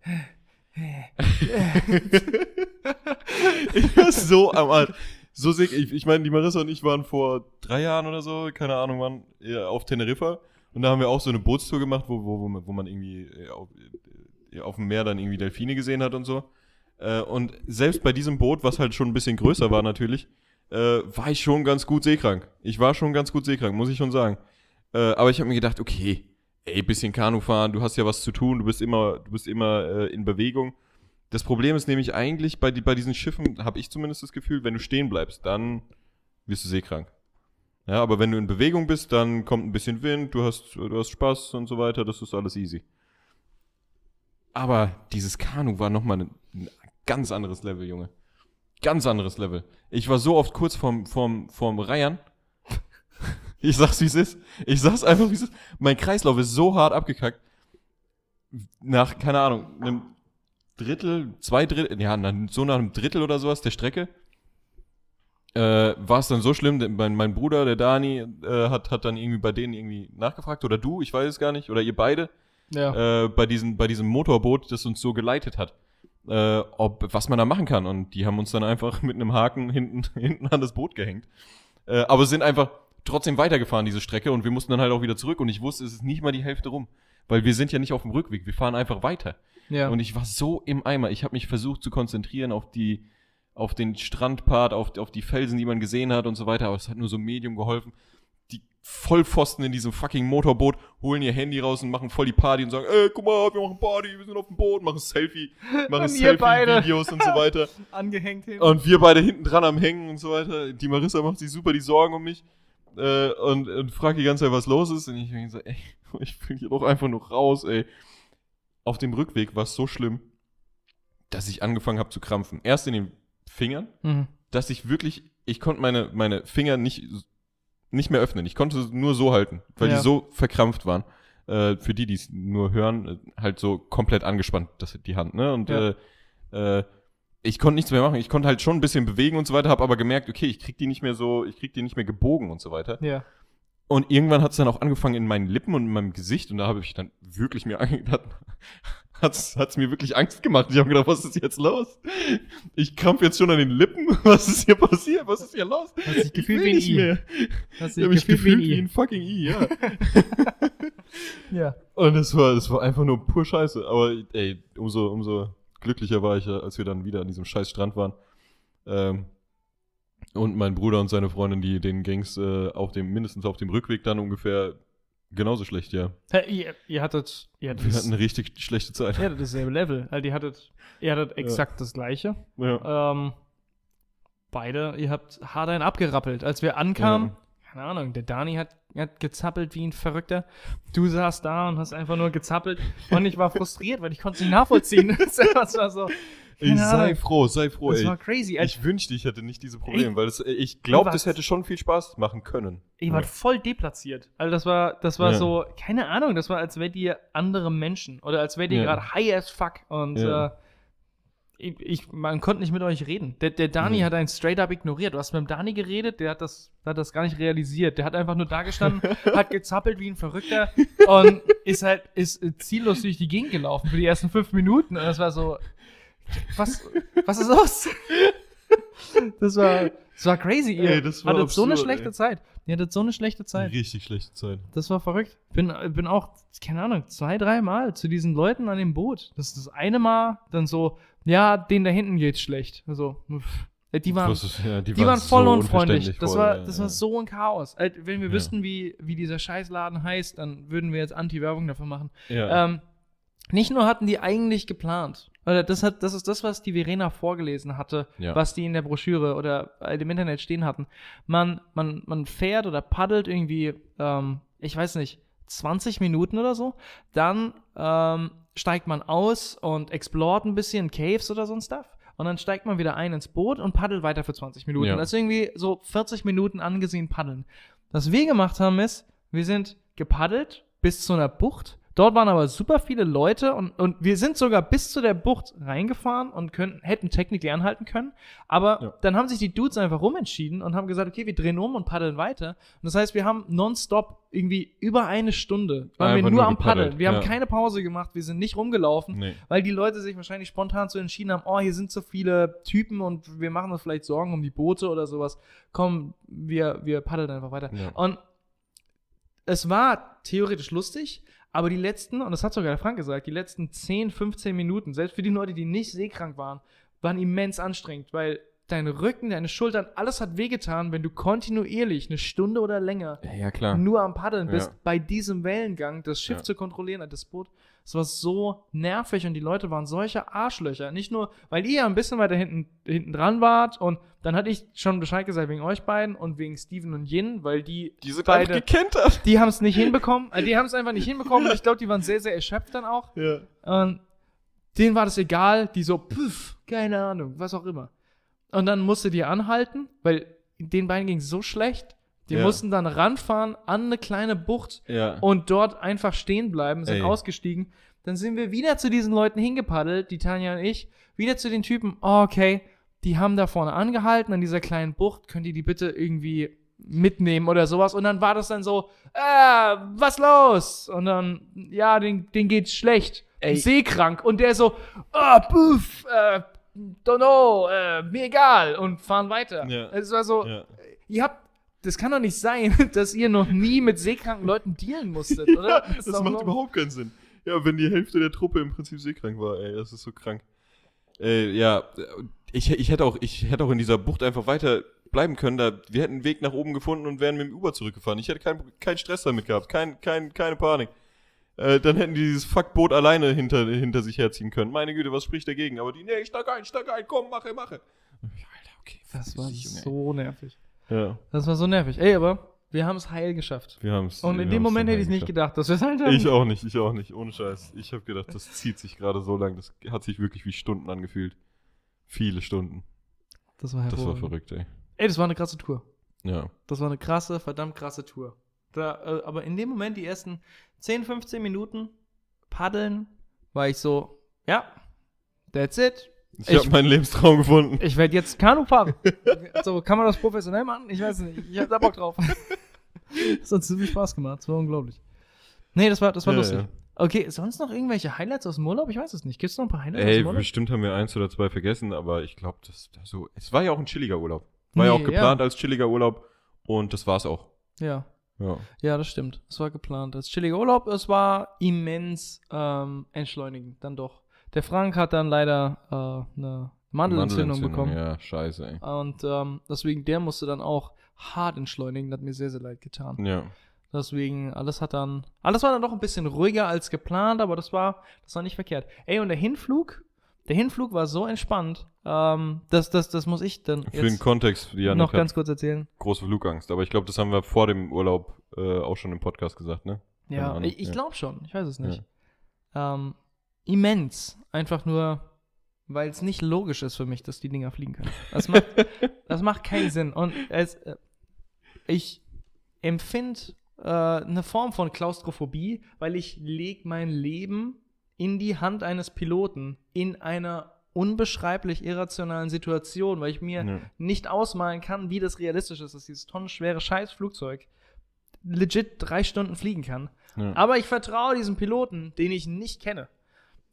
ich war so am Arsch. So sick. Ich, ich meine, die Marissa und ich waren vor drei Jahren oder so, keine Ahnung wann, äh, auf Teneriffa. Und da haben wir auch so eine Bootstour gemacht, wo, wo, wo, man- wo man irgendwie äh, auf, äh, auf dem Meer dann irgendwie Delfine gesehen hat und so. Äh, und selbst bei diesem Boot, was halt schon ein bisschen größer war natürlich, äh, war ich schon ganz gut seekrank. Ich war schon ganz gut seekrank, muss ich schon sagen. Äh, aber ich habe mir gedacht, okay, ey, bisschen Kanu fahren, du hast ja was zu tun, du bist immer, du bist immer äh, in Bewegung. Das Problem ist nämlich eigentlich, bei, die, bei diesen Schiffen habe ich zumindest das Gefühl, wenn du stehen bleibst, dann wirst du seekrank. Ja, aber wenn du in Bewegung bist, dann kommt ein bisschen Wind, du hast, du hast Spaß und so weiter, das ist alles easy. Aber dieses Kanu war nochmal ein, ein ganz anderes Level, Junge. Ganz anderes Level. Ich war so oft kurz vorm, vorm, vorm Reiern. Ich sag's, wie es ist. Ich sag's einfach, wie es ist. Mein Kreislauf ist so hart abgekackt. Nach, keine Ahnung, einem Drittel, zwei Drittel, ja, na, so nach einem Drittel oder sowas der Strecke, äh, war es dann so schlimm, denn mein, mein Bruder, der Dani, äh, hat, hat dann irgendwie bei denen irgendwie nachgefragt, oder du, ich weiß es gar nicht, oder ihr beide, ja. äh, bei, diesem, bei diesem Motorboot, das uns so geleitet hat, äh, ob, was man da machen kann. Und die haben uns dann einfach mit einem Haken hinten, hinten an das Boot gehängt. Äh, aber sind einfach trotzdem weitergefahren, diese Strecke. Und wir mussten dann halt auch wieder zurück. Und ich wusste, es ist nicht mal die Hälfte rum. Weil wir sind ja nicht auf dem Rückweg. Wir fahren einfach weiter. ja. Und ich war so im Eimer. Ich habe mich versucht zu konzentrieren auf die auf den Strandpart, auf, auf die Felsen, die man gesehen hat und so weiter, aber es hat nur so Medium geholfen. Die Vollpfosten in diesem fucking Motorboot holen ihr Handy raus und machen voll die Party und sagen, ey, guck mal, wir machen Party, wir sind auf dem Boot, machen Selfie, machen Und ihr beide. Selfie-Videos und so weiter. Angehängt hin. Und wir beide hinten dran am Hängen und so weiter. Die Marissa macht sich super die Sorgen um mich äh, und, und fragt die ganze Zeit, was los ist. Und ich denke so, ey, ich will hier doch einfach nur raus, ey. Auf dem Rückweg war es so schlimm, dass ich angefangen habe zu krampfen. Erst in den Fingern, Mhm. dass ich wirklich, ich konnte meine, meine Finger nicht, nicht mehr öffnen. Ich konnte sie nur so halten, weil Ja. die so verkrampft waren. Äh, für die, die es nur hören, äh, halt so komplett angespannt, das, die Hand, ne? Und Ja. äh, äh, ich konnte nichts mehr machen. Ich konnte halt schon ein bisschen bewegen und so weiter, habe aber gemerkt, okay, ich krieg die nicht mehr so, ich krieg die nicht mehr gebogen und so weiter. Ja. Und irgendwann hat es dann auch angefangen in meinen Lippen und in meinem Gesicht. Und da habe ich dann wirklich mir angedacht, hat es mir wirklich Angst gemacht. Ich habe gedacht, was ist jetzt los? Ich krampf jetzt schon an den Lippen. Was ist hier passiert? Was ist hier los? Hat sich Ich gefühlt will wie ein nicht I. mehr. Hast Ich dich habe mich gefühlt gefühlt wie ein I. fucking I, ja. Ja. und es war, es war einfach nur pur Scheiße. Aber ey, umso, umso glücklicher war ich, äh, als wir dann wieder an diesem scheiß Strand waren. Ähm, und mein Bruder und seine Freundin, die, denen ging's äh, auf dem, mindestens auf dem Rückweg dann ungefähr genauso schlecht, ja. Hä, ihr, ihr hattet, ihr hattet, Wir hatten ihr eine richtig schlechte Zeit. hattet dasselbe Level. Also ihr hattet, ihr hattet exakt das gleiche. Ja. Ähm, beide, ihr habt hart einen abgerappelt. Als wir ankamen, Ja. keine Ahnung, der Dani hat, hat gezappelt wie ein Verrückter. Du saßt da und hast einfach nur gezappelt. Und ich war frustriert, weil ich konnte es nicht nachvollziehen. das war so, Ey, keine sei Ahnung. froh, sei froh, Das ey. war crazy. Als Ich wünschte, ich hätte nicht diese Probleme, weil das, äh, ich glaube, das Was? hätte schon viel Spaß machen können. Ihr wart voll deplatziert. Also das war, das war Ja. so, keine Ahnung, das war, als wärt ihr andere Menschen oder als wärt ihr Ja. gerade high as fuck und Ja. äh, ich, ich, man konnte nicht mit euch reden. Der, der Dani Nee. hat einen straight up ignoriert. Du hast mit dem Dani geredet, der hat das, der hat das gar nicht realisiert. Der hat einfach nur da gestanden, hat gezappelt wie ein Verrückter und ist halt, ist äh, ziellos durch die Gegend gelaufen für die ersten fünf Minuten und das war so, was, was ist los? Das war, das war crazy, ihr. Ey, das war hattet so eine absurd, schlechte ey. Zeit. Ihr hattet so eine schlechte Zeit. Richtig schlechte Zeit. Das war verrückt. Bin, äh, bin auch, keine Ahnung, zwei, dreimal zu diesen Leuten an dem Boot. Das ist das eine Mal dann so, ja, den da hinten geht's schlecht. Also, pff. die waren, Das ist- ja, die waren voll so unfreundlich. unverständlich Das voll, war, ja, das ja. war so ein Chaos. Äh, Wenn wir Ja. wüssten, wie, wie dieser Scheißladen heißt, dann würden wir jetzt Anti-Werbung dafür machen. Ja. Ähm, nicht nur hatten die eigentlich geplant, oder das, hat, das ist das, was die Verena vorgelesen hatte, Ja. ähm, was die in der Broschüre oder äh, im Internet stehen hatten. Man, man, man fährt oder paddelt irgendwie, ähm, ich weiß nicht, 20 Minuten oder so. Dann ähm, steigt man aus und explort ein bisschen Caves oder so ein Stuff. Und dann steigt man wieder ein ins Boot und paddelt weiter für 20 Minuten. Ja. Das ist irgendwie so 40 Minuten angesehen paddeln. Was wir gemacht haben ist, wir sind gepaddelt bis zu einer Bucht. Dort waren aber super viele Leute und, und wir sind sogar bis zu der Bucht reingefahren und könnten, hätten technically anhalten können. Aber Ja. dann haben sich die Dudes einfach rumentschieden und haben gesagt, okay, wir drehen um und paddeln weiter. Und das heißt, wir haben nonstop irgendwie über eine Stunde, waren wir Einfach nur, nur am gepaddelt, Paddeln. Wir haben ja. Mhm. keine Pause gemacht, wir sind nicht rumgelaufen, nee. weil die Leute sich wahrscheinlich spontan so entschieden haben, oh, hier sind so viele Typen und wir machen uns vielleicht Sorgen um die Boote oder sowas. Komm, wir, wir paddeln einfach weiter. Ja. Und es war theoretisch lustig, aber die letzten, und das hat sogar der Frank gesagt, die letzten 10, 15 Minuten, selbst für die Leute, die nicht seekrank waren, waren immens anstrengend, weil dein Rücken, deine Schultern, alles hat wehgetan, wenn du kontinuierlich eine Stunde oder länger ja, klar. nur am Paddeln bist, Ja. bei diesem Wellengang das Schiff Ja. zu kontrollieren, das Boot. Es war so nervig und die Leute waren solche Arschlöcher. Nicht nur, weil ihr ein bisschen weiter hinten, hinten dran wart und dann hatte ich schon Bescheid gesagt wegen euch beiden und wegen Steven und Yin, weil die Die sind beide- einfach gekentert. die haben es nicht hinbekommen. Äh, Die haben es einfach nicht hinbekommen. Und ich glaube, die waren sehr, sehr erschöpft dann auch. Ja. Und denen war das egal. Die so, pff, keine Ahnung, was auch immer. Und dann musste die anhalten, weil den beiden ging so schlecht. Die Ja. mussten dann ranfahren an eine kleine Bucht Ja. und dort einfach stehen bleiben, sind Ey. ausgestiegen. Dann sind wir wieder zu diesen Leuten hingepaddelt, die Tanja und ich, wieder zu den Typen, oh, okay, die haben da vorne angehalten, an dieser kleinen Bucht, könnt ihr die bitte irgendwie mitnehmen oder sowas. Und dann war das dann so, äh, was los? Und dann, ja, den, den geht's schlecht. Ey. Seekrank. Und der so, ah, puff, äh, don't know, äh, mir egal. Und fahren weiter. Also Ja. Es war so, ja. Ihr habt. Das kann doch nicht sein, dass ihr noch nie mit seekranken Leuten dealen musstet, oder? das macht überhaupt keinen Sinn. Ja, wenn die Hälfte der Truppe im Prinzip seekrank war, ey, das ist so krank. Äh, ja, ich, ich, hätte auch, ich hätte auch in dieser Bucht einfach weiter bleiben können. Da, wir hätten einen Weg nach oben gefunden und wären mit dem Uber zurückgefahren. Ich hätte keinen keinen Stress damit gehabt, kein, kein, keine Panik. Äh, dann hätten die dieses Fuckboot alleine hinter, hinter sich herziehen können. Meine Güte, was spricht dagegen? Aber die, nee, steig ein, steig ein, komm, mache, mache. Alter, okay. Das fick war dich, Junge, so nervig. ey. Ja, Das war so nervig. Ey, aber wir haben es heil geschafft. wir haben's. Und in wir dem haben's Moment dann hätte ich nicht geschafft. gedacht, dass wir es halt haben. Ich auch nicht, ich auch nicht, ohne Scheiß. Ich habe gedacht, das zieht sich gerade so lang. Das hat sich wirklich wie Stunden angefühlt. Viele Stunden. Das war Das war hervorragend. verrückt, ey. Ey, das war eine krasse Tour. Ja. Das war eine krasse, verdammt krasse Tour. Da, äh, aber in dem Moment, die ersten 10, 15 Minuten paddeln, war ich so, ja, that's it. Ich, Ich- habe meinen Lebenstraum gefunden. Ich werde jetzt Kanu fahren. so, kann man das professionell machen? Ich weiß nicht. Ich hab da Bock drauf. das hat so viel Spaß gemacht. Das war unglaublich. Nee, das war, das war Ja, lustig. ja. Okay, sonst noch irgendwelche Highlights aus dem Urlaub? Ich weiß es nicht. Gibt es noch ein paar Highlights aus Ey, dem Urlaub? bestimmt haben wir eins oder zwei vergessen, aber ich glaube, das also, es war ja auch ein chilliger Urlaub. War ja Nee, auch geplant als chilliger Urlaub und das war's auch. Ja. Ja. ja, das stimmt. Es war geplant. Das chillige Urlaub, es war immens ähm, entschleunigend, dann doch. Der Frank hat dann leider äh, eine Mandelentzündung bekommen. Ja, scheiße, ey. Und ähm, deswegen, der musste dann auch hart entschleunigen. Das hat mir sehr, sehr leid getan. Ja. Deswegen, alles hat dann, alles war dann doch ein bisschen ruhiger als geplant, aber das war, das war nicht verkehrt. Ey, und der Hinflug, der Hinflug war so entspannt, ähm, das, das, das muss ich dann Für den jetzt Kontext, Janik noch noch ganz kurz erzählen. hat große Flugangst, aber ich glaube, das haben wir vor dem Urlaub äh, auch schon im Podcast gesagt, ne? Keine Ja, Ahnung, ich, ich ja. glaube schon, ich weiß es nicht. Ähm, immens, einfach nur, weil es nicht logisch ist für mich, dass die Dinger fliegen können. Das macht, das macht keinen Sinn. Und es, äh, ich empfinde äh, eine Form von Klaustrophobie, weil ich leg mein Leben in die Hand eines Piloten in einer unbeschreiblich irrationalen Situation, weil ich mir Ja. nicht ausmalen kann, wie das realistisch ist, dass dieses tonnenschwere Scheißflugzeug legit drei Stunden fliegen kann. Ja. Aber ich vertraue diesem Piloten, den ich nicht kenne.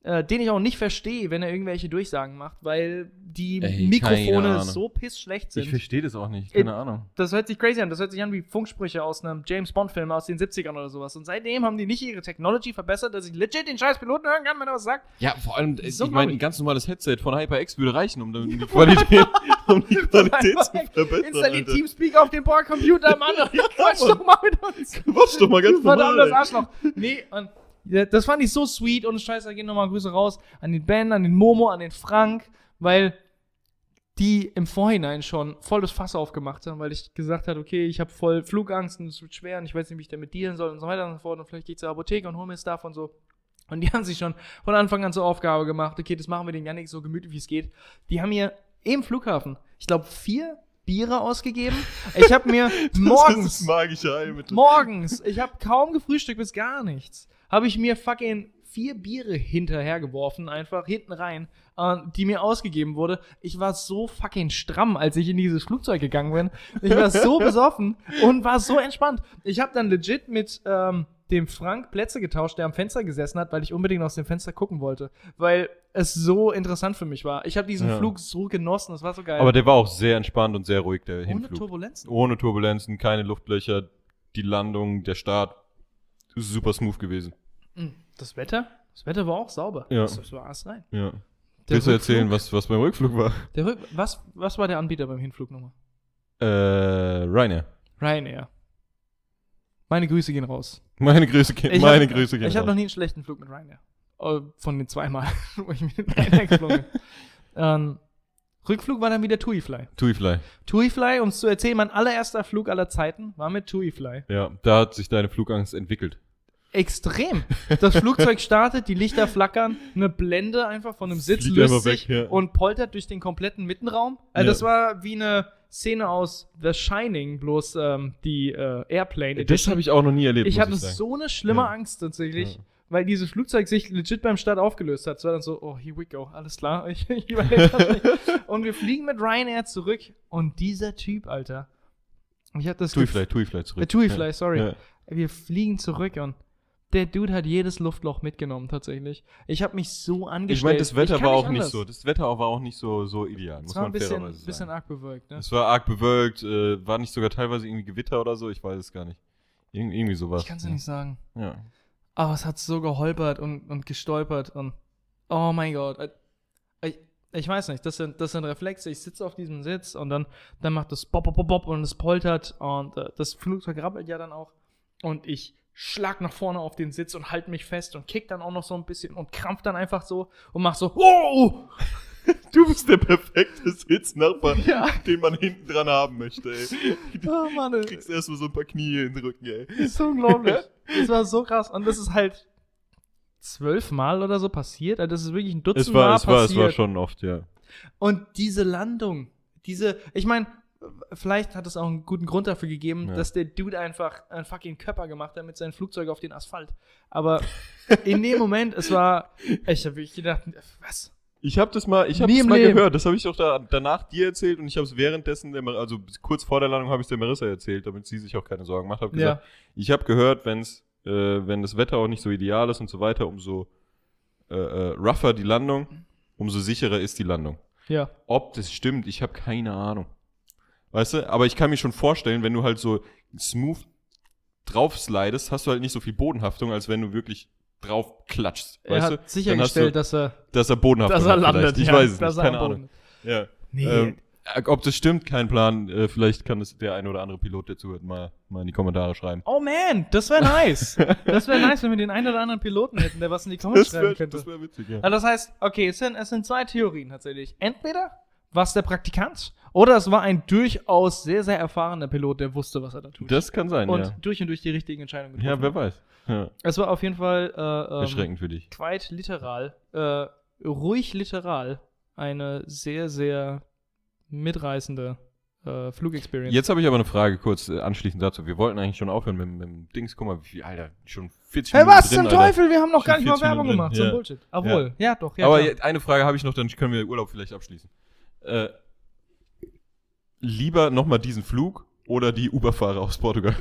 äh, den ich auch nicht verstehe, wenn er irgendwelche Durchsagen macht, weil die Ey, keine Mikrofone Ahnung. so pissschlecht Ich sind. Äh, verstehe das auch nicht, keine Ahnung. Das hört sich crazy an. Das hört sich an wie Funksprüche aus einem James Bond-Film aus den 70ern oder sowas. Und seitdem haben die nicht ihre Technology verbessert, dass ich legit den scheiß Piloten hören kann, wenn er was sagt. Ja, vor allem, So äh, ich glaub meine, ich. ein ganz normales Headset von HyperX würde reichen, um dann die Qualität, um die Qualität zu Perfekt. verbessern. Installiert Alter. Teamspeak auf dem Bohrcomputer, Mann. Quatsch doch mal mit uns. Quatsch doch mal ganz normal. Verdammtes ey. Arschloch. Nee, und ja, das fand ich so sweet. Und scheiße, da gehen nochmal Grüße raus an den Ben, an den Momo, an den Frank, weil die im Vorhinein schon voll das Fass aufgemacht haben, weil ich gesagt habe, okay, ich habe voll Flugangst und es wird schwer und ich weiß nicht, wie ich damit dealen soll und so weiter und so fort und vielleicht gehe ich zur Apotheke und hole mir Stuff und so. Und die haben sich schon von Anfang an zur Aufgabe gemacht, okay, das machen wir den Yannick so gemütlich, wie es geht. Die haben mir im Flughafen, ich glaube, vier Biere ausgegeben. Ich habe mir Das morgens ist magische Heilmittel. Morgens, ich habe kaum gefrühstückt bis gar nichts, habe ich mir fucking vier Biere hinterhergeworfen, einfach hinten rein, äh, die mir ausgegeben wurde. Ich war so fucking stramm, als ich in dieses Flugzeug gegangen bin. Ich war so besoffen und war so entspannt. Ich habe dann legit mit ähm, dem Frank Plätze getauscht, der am Fenster gesessen hat, weil ich unbedingt aus dem Fenster gucken wollte, weil es so interessant für mich war. Ich habe diesen Ja. Flug so genossen, das war so geil. Aber der war auch sehr entspannt und sehr ruhig, der Ohne Hinflug. Turbulenzen. Ohne Turbulenzen, keine Luftlöcher, die Landung, der Start, super smooth gewesen. Mm, Das Wetter? Das Wetter war auch sauber. Ja. Das, das war alles rein. Ja. Der Willst du Rückflug- erzählen, was, was beim Rückflug war? Der Rück was, was war der Anbieter beim Hinflug nochmal? Äh, Ryanair. Ryanair. Meine Grüße gehen raus. Meine Grüße, gehen- Ich meine hab, Grüße gehen Ich habe raus. noch nie einen schlechten Flug mit Ryanair. Äh, Von den zweimal, wo ich mit Ryanair geflogen bin. ähm, Rückflug war dann wieder TuiFly. Tui Fly. TuiFly, um es zu erzählen, mein allererster Flug aller Zeiten war mit TuiFly. Ja, da hat sich deine Flugangst entwickelt. Extrem. Das Flugzeug startet, die Lichter flackern, eine Blende einfach von einem Sitz Fliegt löst einfach sich weg, ja. und poltert durch den kompletten Mittenraum. Also Ja. Das war wie eine Szene aus The Shining, bloß ähm, die äh, Airplane Das habe ich auch noch nie erlebt. Ich muss hatte sagen. so eine schlimme Ja. Angst tatsächlich, Ja. weil dieses Flugzeug sich legit beim Start aufgelöst hat. Es war dann so, oh, here we go, alles klar. Ich, ich überlebe das nicht. und wir fliegen mit Ryanair zurück und dieser Typ, Alter. Ich hatte das Tui Gef- Fly, Tui Fly Äh, zurück. TuiFly, sorry. Ja. Wir fliegen zurück und der Dude hat jedes Luftloch mitgenommen, tatsächlich. Ich habe mich so angestellt. Ich meine, das Wetter kann war auch nicht anders. so. Das Wetter war auch nicht so, so ideal, muss Es war ein man bisschen, fairerweise sagen. bisschen arg bewölkt. Ne? Es war arg bewölkt, äh, war nicht sogar teilweise irgendwie Gewitter oder so, ich weiß es gar nicht. Irg irgendwie sowas. Ich kann es ja nicht sagen. Ja. Aber Ah, es hat so geholpert und, und gestolpert und oh mein Gott. Äh, Ich, ich weiß nicht, das sind, das sind Reflexe. Ich sitze auf diesem Sitz und dann, dann macht es bop, bop, bop, bop und es poltert und äh, das Flugzeug rappelt ja dann auch. Und ich schlag nach vorne auf den Sitz und halte mich fest und kick dann auch noch so ein bisschen und krampf dann einfach so und mach so, oh! Du bist der perfekte Sitznachbar, Ja. den man hinten dran haben möchte, ey. Oh Mann, ey. erstmal so ein paar Knie in den Rücken, ey. das ist so unglaublich. Das war so krass. Und das ist halt zwölfmal oder so passiert. Also das ist wirklich ein Dutzend Es war, Mal es war, es war passiert. schon oft, ja. Und diese Landung, diese, ich meine, vielleicht hat es auch einen guten Grund dafür gegeben, Ja. dass der Dude einfach einen fucking Körper gemacht hat mit seinem Flugzeug auf den Asphalt. Aber in dem Moment, es war, ich habe wirklich gedacht, was? Ich habe das mal, ich hab Nie das im mal Leben. gehört. Das habe ich doch da, danach dir erzählt und ich habe es währenddessen, der, Mar- also bis kurz vor der Landung habe ich der Marissa erzählt, damit sie sich auch keine Sorgen macht. Hab gesagt, Ich habe gehört, wenn's, äh, wenn das Wetter auch nicht so ideal ist und so weiter, umso äh, äh, rougher die Landung, umso sicherer ist die Landung. ja. Ob das stimmt, ich habe keine Ahnung. Weißt du, aber ich kann mir schon vorstellen, wenn du halt so smooth drauf slidest, hast du halt nicht so viel Bodenhaftung, als wenn du wirklich drauf klatschst. Er Weißt hat du? sichergestellt, dass er, dass, dass er Bodenhaftung dass er hat vielleicht. landet. Ich ja, weiß es dass nicht, er keine am Ahnung. Boden- Ja. Nee. Ähm, äh, ob das stimmt, kein Plan. Äh, vielleicht kann es der ein oder andere Pilot, der zuhört, mal, mal in die Kommentare schreiben. Oh man, das wäre nice. das wäre nice, wenn wir den einen oder anderen Piloten hätten, der was in die Comments Das schreiben wäre könnte. wär witzig, ja. Also das heißt, okay, es sind, es sind zwei Theorien tatsächlich. Entweder war es der Praktikant oder es war ein durchaus sehr, sehr erfahrener Pilot, der wusste, was er da tut. Das kann sein, und Ähm, ja. durch und durch die richtigen Entscheidungen Ja, getroffen. wer weiß. Ja. es war auf jeden Fall äh, ähm, Erschreckend für dich. quite literal, äh, ruhig literal, eine sehr, sehr mitreißende äh, Flugexperience. Jetzt habe ich aber eine Frage kurz äh, anschließend dazu. Wir wollten eigentlich schon aufhören mit, mit dem Dings. Guck mal, wie viel, Alter, schon 40 hey, Minuten was drin, zum Alter. Teufel? Wir haben noch gar Schon nicht mal 40 Werbung Minuten gemacht. drin, So ein ja. Bullshit. Obwohl, ja, doch. Ja, aber klar. je- eine Frage habe ich noch, dann können wir Urlaub vielleicht abschließen. Äh, lieber nochmal diesen Flug oder die Uberfahrer aus Portugal?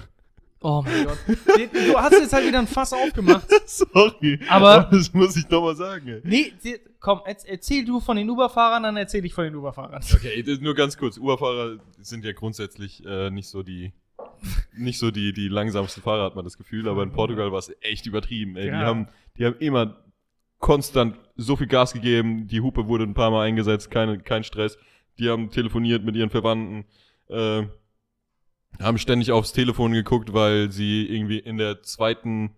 Oh mein Gott. Du hast jetzt halt wieder ein Fass aufgemacht. Sorry. Aber- das muss ich doch mal sagen. Ey. Nee, sie- komm, erz- erzähl du von den Uber-Fahrern, dann erzähl ich von den Uber-Fahrern. Okay, das- nur ganz kurz. Uberfahrer sind ja grundsätzlich äh, nicht so die nicht so die, die langsamsten Fahrer, hat man das Gefühl, aber in Portugal war es echt übertrieben. Ey. Die, Ja. haben, die haben immer konstant so viel Gas gegeben, die Hupe wurde ein paar Mal eingesetzt, keine, kein Stress. Die haben telefoniert mit ihren Verwandten, äh, haben ständig aufs Telefon geguckt, weil sie irgendwie in der zweiten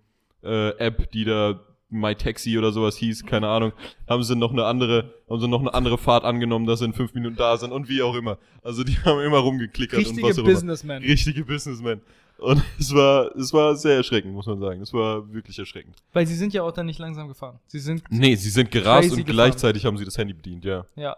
äh, App, die da My Taxi oder sowas hieß, keine Ahnung, haben sie noch eine andere, haben sie noch eine andere Fahrt angenommen, dass sie in fünf Minuten da sind und wie auch immer. Also die haben immer rumgeklickert und Richtige was auch immer Businessmen. richtige Businessmen. Und es war, es war sehr erschreckend, muss man sagen. Es war wirklich erschreckend. Weil sie sind ja auch dann nicht langsam gefahren. Sie sind, Nee, sie sind gerast Crazy und gefahren. gleichzeitig haben sie das Handy bedient, ja. ja.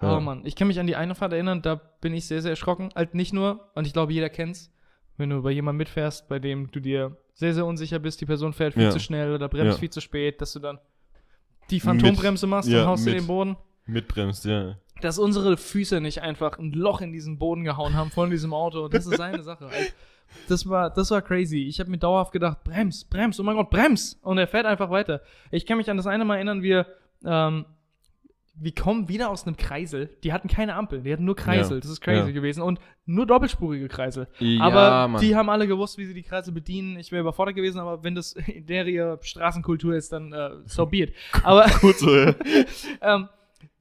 Ja. Oh Mann, ich kann mich an die eine Fahrt erinnern, da bin ich sehr, sehr erschrocken. Halt nicht nur, und ich glaube, jeder kennt's, wenn du bei jemandem mitfährst, bei dem du dir sehr, sehr unsicher bist, die Person fährt viel Ja. zu schnell oder bremst Ja. viel zu spät, dass du dann die Phantombremse machst ja, und haust dir mit. den Boden. Mitbremst, ja. dass unsere Füße nicht einfach ein Loch in diesen Boden gehauen haben von diesem Auto. Das ist seine Sache. Also, Das war, das war crazy. Ich habe mir dauerhaft gedacht, brems, brems, oh mein Gott, brems. Und er fährt einfach weiter. Ich kann mich an das eine Mal erinnern, wir, ähm, wir kommen wieder aus einem Kreisel. Die hatten keine Ampel, die hatten nur Kreisel. Ja, Das ist crazy ja. gewesen. Und nur doppelspurige Kreisel. Ja, aber Mann. die haben alle gewusst, wie sie die Kreisel bedienen. Ich wäre überfordert gewesen, aber wenn das in der ihre Straßenkultur ist, dann äh, so be it. Aber Gut so, ja. ähm,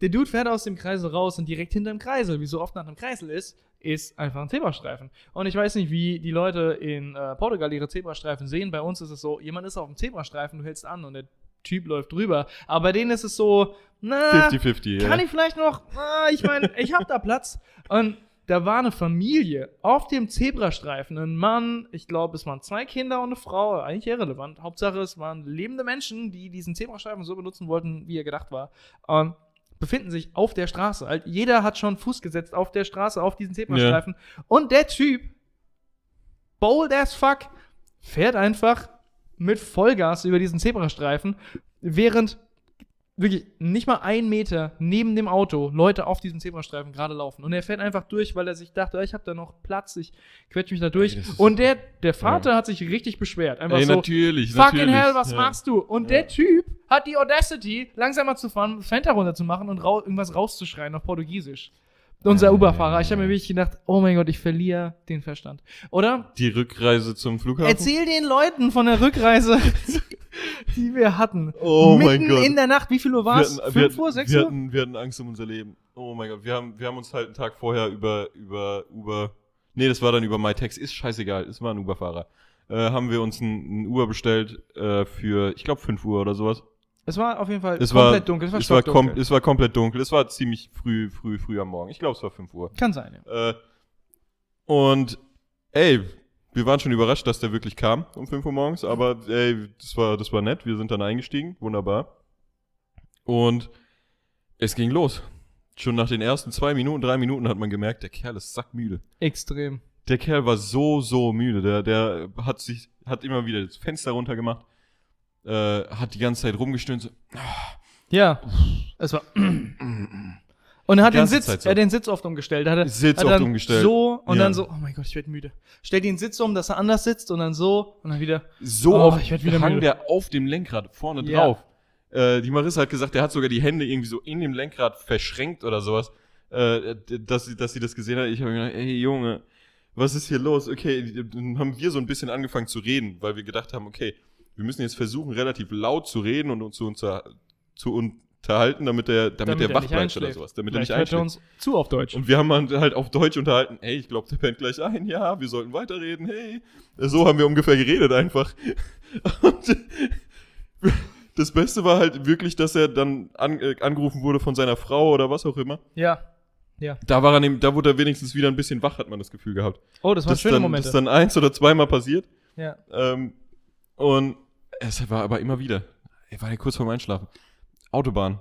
der Dude fährt aus dem Kreisel raus und direkt hinter dem Kreisel, wie so oft nach einem Kreisel ist, ist einfach ein Zebrastreifen. Und ich weiß nicht, wie die Leute in äh, Portugal ihre Zebrastreifen sehen. Bei uns ist es so, jemand ist auf dem Zebrastreifen, du hältst an und der Typ läuft drüber. Aber bei denen ist es so, na, 50-50, ja. kann ich vielleicht noch, ah, ich meine, ich habe da Platz. Und da war eine Familie auf dem Zebrastreifen, ein Mann, ich glaube, es waren zwei Kinder und eine Frau, eigentlich irrelevant. Hauptsache, es waren lebende Menschen, die diesen Zebrastreifen so benutzen wollten, wie er gedacht war. Und befinden sich auf der Straße. Halt, jeder hat schon Fuß gesetzt auf der Straße, auf diesen Zebrastreifen. Und der Typ, bold as fuck, fährt einfach mit Vollgas über diesen Zebrastreifen, während wirklich nicht mal ein Meter neben dem Auto Leute auf diesem Zebrastreifen gerade laufen. Und er fährt einfach durch, weil er sich dachte, "Ah, ich habe da noch Platz, ich quetsche mich da durch. Ey, das ist- Und der, der Vater hat sich richtig beschwert. Einfach Ey, so, natürlich, Fucking natürlich. hell, was ja. machst du? Und Ja. der Typ hat die Audacity, langsamer zu fahren, Fenster runterzumachen und rau irgendwas rauszuschreien auf Portugiesisch. Unser Ja, Uberfahrer. ja, Ich habe mir ja. wirklich gedacht, oh mein Gott, ich verliere den Verstand. Oder? Die Rückreise zum Flughafen? Erzähl den Leuten von der Rückreise, die wir hatten. Oh mein Mitten Gott. in der Nacht, wie viel Uhr war es? Wir hatten- wir 5 hatten- Uhr, 6 wir Uhr? Hatten, wir hatten Angst um unser Leben. Oh mein Gott, wir haben, wir haben uns halt einen Tag vorher über, über, über, nee, das war dann über MyTax, ist scheißegal, es war ein Uberfahrer. Äh, haben wir uns einen, einen Uber bestellt äh, für, ich glaube, 5 Uhr oder sowas. Es war auf jeden Fall Es komplett war, dunkel. Es war, es, war kom stockdunkel. es war komplett dunkel. Es war ziemlich früh, früh, früh am Morgen. Ich glaube, es war 5 Uhr. Kann sein, ja. Äh, und ey, wir waren schon überrascht, dass der wirklich kam um 5 Uhr morgens, aber ey, das war, das war nett. Wir sind dann eingestiegen, wunderbar. Und es ging los. Schon nach den ersten zwei Minuten, drei Minuten hat man gemerkt, der Kerl ist sackmüde. Extrem. Der Kerl war so, so müde. Der, der hat sich, hat immer wieder das Fenster runtergemacht, äh, hat die ganze Zeit rumgestöhnt. So, Ja. Es war. Und er hat Die den ganze Sitz, Zeit so. er hat den Sitz oft umgestellt. Hat er, Sitz hat oft dann umgestellt. So und Ja. dann so, oh mein Gott, ich werde müde. Stellt den Sitz um, dass er anders sitzt und dann so und dann wieder. So Oh, oft ich werd wieder hang müde. der auf dem Lenkrad vorne Ja. drauf. Äh, die Marissa hat gesagt, der hat sogar die Hände irgendwie so in dem Lenkrad verschränkt oder sowas, äh, d- dass, sie, dass sie das gesehen hat. Ich habe mir gedacht, ey Junge, was ist hier los? Okay, dann haben wir so ein bisschen angefangen zu reden, weil wir gedacht haben, okay, wir müssen jetzt versuchen, relativ laut zu reden und uns zu, unter, zu unterhalten, damit der, damit der er wach nicht bleibt oder einschläft. sowas, damit er Vielleicht nicht hört er einschläft. uns zu auf Deutsch. Und wir haben halt auf Deutsch unterhalten, hey, ich glaube, der pennt gleich ein, ja, wir sollten weiterreden, hey. So haben wir ungefähr geredet einfach. Und das Beste war halt wirklich, dass er dann an, äh, angerufen wurde von seiner Frau oder was auch immer. ja. Ja. Da war er neben, da wurde er wenigstens wieder ein bisschen wach, hat man das Gefühl gehabt. Oh, das waren das, schöne dann, das Momente. ist dann eins oder zweimal passiert. ja. Ähm, und es war aber immer wieder. Ich war ja kurz vorm Einschlafen. Autobahn.